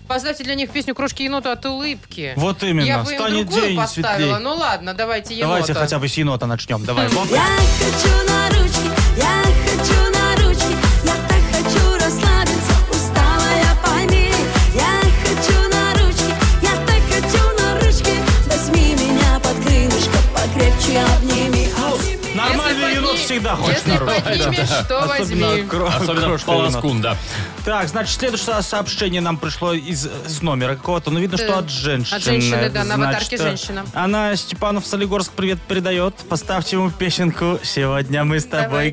Speaker 3: Поставьте для них песню «Крошки енота от улыбки».
Speaker 4: Вот именно.
Speaker 3: Я бы им
Speaker 4: Станет
Speaker 3: другую
Speaker 4: день
Speaker 3: поставила.
Speaker 4: светлей.
Speaker 3: Ну ладно, давайте енота. Хм.
Speaker 4: Давайте хотя бы с енота начнем. Давай. Вон.
Speaker 7: Я хочу на ручки, я хочу на ручки, я так хочу расслабиться, устала я пойми. Я хочу на ручки, я так хочу на ручки, возьми меня под крылышко, покрепче обними. обними.
Speaker 4: Нормальный
Speaker 3: Если
Speaker 4: енот
Speaker 3: подни-
Speaker 4: всегда хочет
Speaker 3: если
Speaker 4: на ручки.
Speaker 3: поднимешь, то возьми.
Speaker 4: Особенно, кро-
Speaker 2: Особенно
Speaker 4: крошка енота.
Speaker 2: полоскун, да.
Speaker 4: Так, значит, следующее сообщение нам пришло из, из номера какого-то, но видно,
Speaker 3: Да.
Speaker 4: что от женщины.
Speaker 3: Э, От женщины, да, на аватарке
Speaker 4: Значит,
Speaker 3: женщина.
Speaker 4: Она Степанов Солигорск привет передает. Поставьте ему песенку «Сегодня мы с тобой
Speaker 3: Давай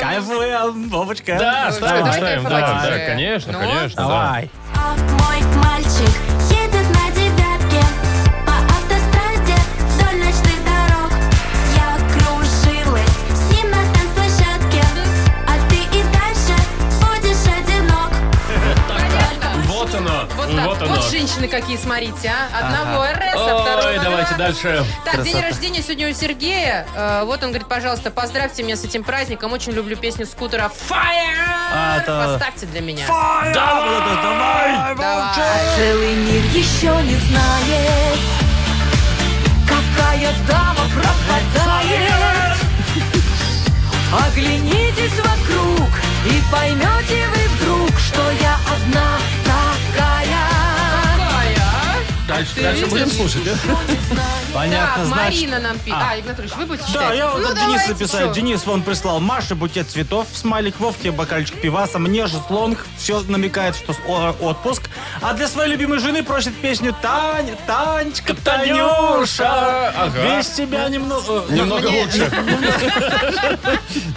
Speaker 3: кайфуем.
Speaker 4: Кайфуем, Вовочка.
Speaker 2: Да, ставим,
Speaker 3: давай
Speaker 2: ставим, да,
Speaker 3: кайфовать
Speaker 2: да,
Speaker 3: уже.
Speaker 2: конечно,
Speaker 3: Ну?
Speaker 2: конечно, да.
Speaker 4: Давай.
Speaker 7: А мой мальчик едет на девятке по автостраде вдоль ночных дорог. Я кружилась с ним на танцплощадке, а ты и дальше будешь одинок.
Speaker 2: Вот оно,
Speaker 3: Вот так.
Speaker 2: вот
Speaker 3: Вот,
Speaker 2: оно.
Speaker 3: женщины какие, смотрите, а. Одного РС, а второго...
Speaker 2: Ой, давайте
Speaker 3: на.
Speaker 2: дальше.
Speaker 3: Так, день
Speaker 4: Красота.
Speaker 3: рождения сегодня у Сергея. Э, вот он говорит, пожалуйста, поздравьте меня с этим праздником. Очень люблю песню скутера
Speaker 4: Э,
Speaker 3: Fire.
Speaker 4: А, это-
Speaker 3: Поставьте для меня.
Speaker 4: Давай!
Speaker 3: Давай.
Speaker 7: Целый мир еще не знает, какая дама пропадает. Оглянитесь вокруг и поймете вы вдруг, что я одна такая.
Speaker 3: а?
Speaker 2: Дальше,
Speaker 7: Ты
Speaker 2: дальше будем
Speaker 7: видишь?
Speaker 2: слушать. да?
Speaker 4: Понятно,
Speaker 3: так,
Speaker 4: значит.
Speaker 3: Марина нам пишет. А, Игнатович, вы будете
Speaker 4: Да,
Speaker 3: читать?
Speaker 4: я вот
Speaker 3: ну,
Speaker 4: от Дениса
Speaker 3: давайте,
Speaker 4: писал.
Speaker 3: чё?
Speaker 4: Денис вон прислал Маше букет цветов, смайлик, Вовке бокальчик пиваса, мне же слонг. Все намекает, что с- о- отпуск. А для своей любимой жены просит песню Таня, Танечка, Танюша.
Speaker 2: Танюша, ага.
Speaker 4: Без тебя немного... э,
Speaker 2: Немного
Speaker 4: мне-
Speaker 2: лучше.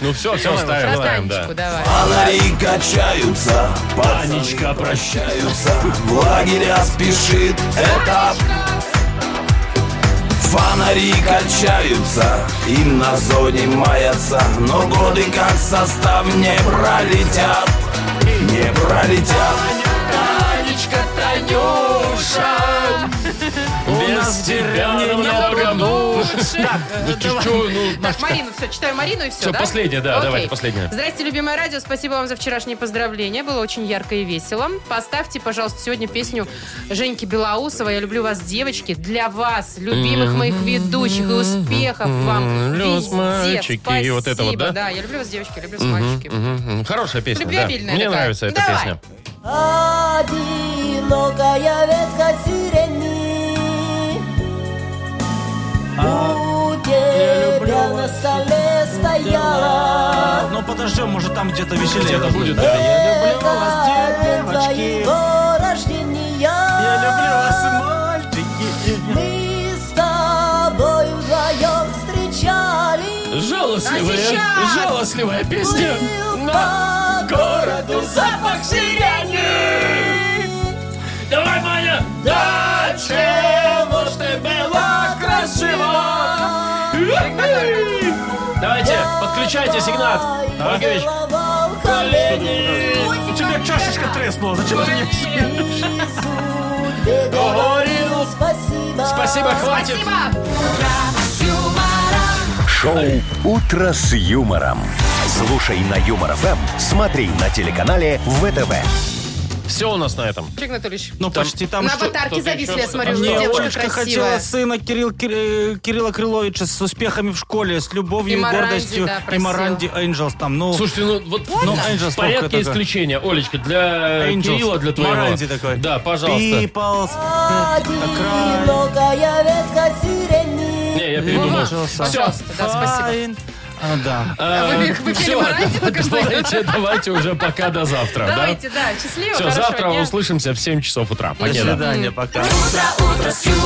Speaker 2: Ну все, все, ставим, ставим, да.
Speaker 3: Растанечку давай.
Speaker 12: Фонари качаются, паничка прощаются, в лагеря спешит этап. Фонари качаются и на зоне маятся, но годы как состав не пролетят, не пролетят.
Speaker 7: Танечка, Танюша.
Speaker 2: Без тебя
Speaker 4: мне
Speaker 2: намного лучше.
Speaker 4: Так,
Speaker 2: Ну ты чё, ну,
Speaker 3: Так, Марину, все, читаю Марину и все,
Speaker 2: Всё,
Speaker 3: да?
Speaker 2: последнее, да,
Speaker 3: Окей.
Speaker 2: давайте, последнее.
Speaker 3: Здрасте, любимое радио, спасибо вам за вчерашнее поздравление, было очень ярко и весело. Поставьте, пожалуйста, сегодня песню Женьки Белоусова «Я люблю вас, девочки», для вас, любимых моих ведущих, и успехов вам
Speaker 2: Люблю вас,
Speaker 3: везде,
Speaker 2: мальчики, и вот это вот,
Speaker 3: спасибо.
Speaker 2: да?
Speaker 3: я люблю вас, девочки, люблю вас,
Speaker 2: Мгм,
Speaker 3: мальчики.
Speaker 2: мгм. Хорошая песня, да.
Speaker 3: Любвеобильная
Speaker 2: Мне
Speaker 3: такая.
Speaker 2: нравится эта
Speaker 3: Давай.
Speaker 2: песня.
Speaker 13: Одинокая ветка сирени
Speaker 4: А,
Speaker 13: У тебя на столе стояла
Speaker 4: Ну подождем, может там где-то веселее.
Speaker 2: Где-то будет, да.
Speaker 4: Я люблю вас,
Speaker 13: Это
Speaker 4: девочки.
Speaker 13: твоего рождения
Speaker 4: Я люблю вас, мальчики.
Speaker 13: Мы с тобой вдвоем встречали
Speaker 2: Жалостливая,
Speaker 13: А сейчас
Speaker 2: жалостливая песня.
Speaker 13: На городу запах сирени
Speaker 2: Давай, Маня!
Speaker 13: Да чего ж ты была красива
Speaker 2: Давайте, подключайтесь, Игнат. Маркович.
Speaker 4: У тебя чашечка треснула, зачем ты мне
Speaker 13: Говорил спасибо
Speaker 2: Спасибо, хватит.
Speaker 1: Шоу «Утро с юмором». Слушай на Юмор ФМ, смотри на телеканале ВТВ.
Speaker 2: Все у нас на этом.
Speaker 3: Олег Анатольевич,
Speaker 4: Ну почти там
Speaker 3: на
Speaker 4: что-
Speaker 3: аватарке
Speaker 2: кто-то
Speaker 3: зависли,
Speaker 2: еще
Speaker 3: я смотрю,
Speaker 4: Мне
Speaker 3: девушка
Speaker 4: А Олечка хотела
Speaker 3: красивая.
Speaker 4: сына Кирилл, Кир- э, Кирилла Крыловича с успехами в школе, с любовью
Speaker 3: И
Speaker 4: и,
Speaker 3: Маранди,
Speaker 4: гордостью.
Speaker 3: да, просила.
Speaker 4: и Маранди Энджелс там. Ну,
Speaker 2: Слушайте, ну вот
Speaker 4: ну, Angels
Speaker 2: в порядке
Speaker 4: только это.
Speaker 2: исключения. Олечка, для
Speaker 4: Angels.
Speaker 2: э, Кирилла, для твоего.
Speaker 4: Маранди такой.
Speaker 2: Да, пожалуйста.
Speaker 4: People's
Speaker 13: Одинокая ветка сирени
Speaker 2: Не, я передумал. э,
Speaker 4: Angels.
Speaker 2: Все,
Speaker 3: Да, спасибо.
Speaker 4: Fine. А, да.
Speaker 3: А вы- вы пели Маранди только что?
Speaker 2: давайте, давайте уже пока до завтра.
Speaker 3: Давайте, да, счастливо,
Speaker 2: Все,
Speaker 3: хорошего
Speaker 2: завтра
Speaker 3: дня.
Speaker 2: услышимся в 7 часов утра.
Speaker 4: До
Speaker 2: Понятно.
Speaker 4: свидания, пока.
Speaker 7: Утро, утро с юмором.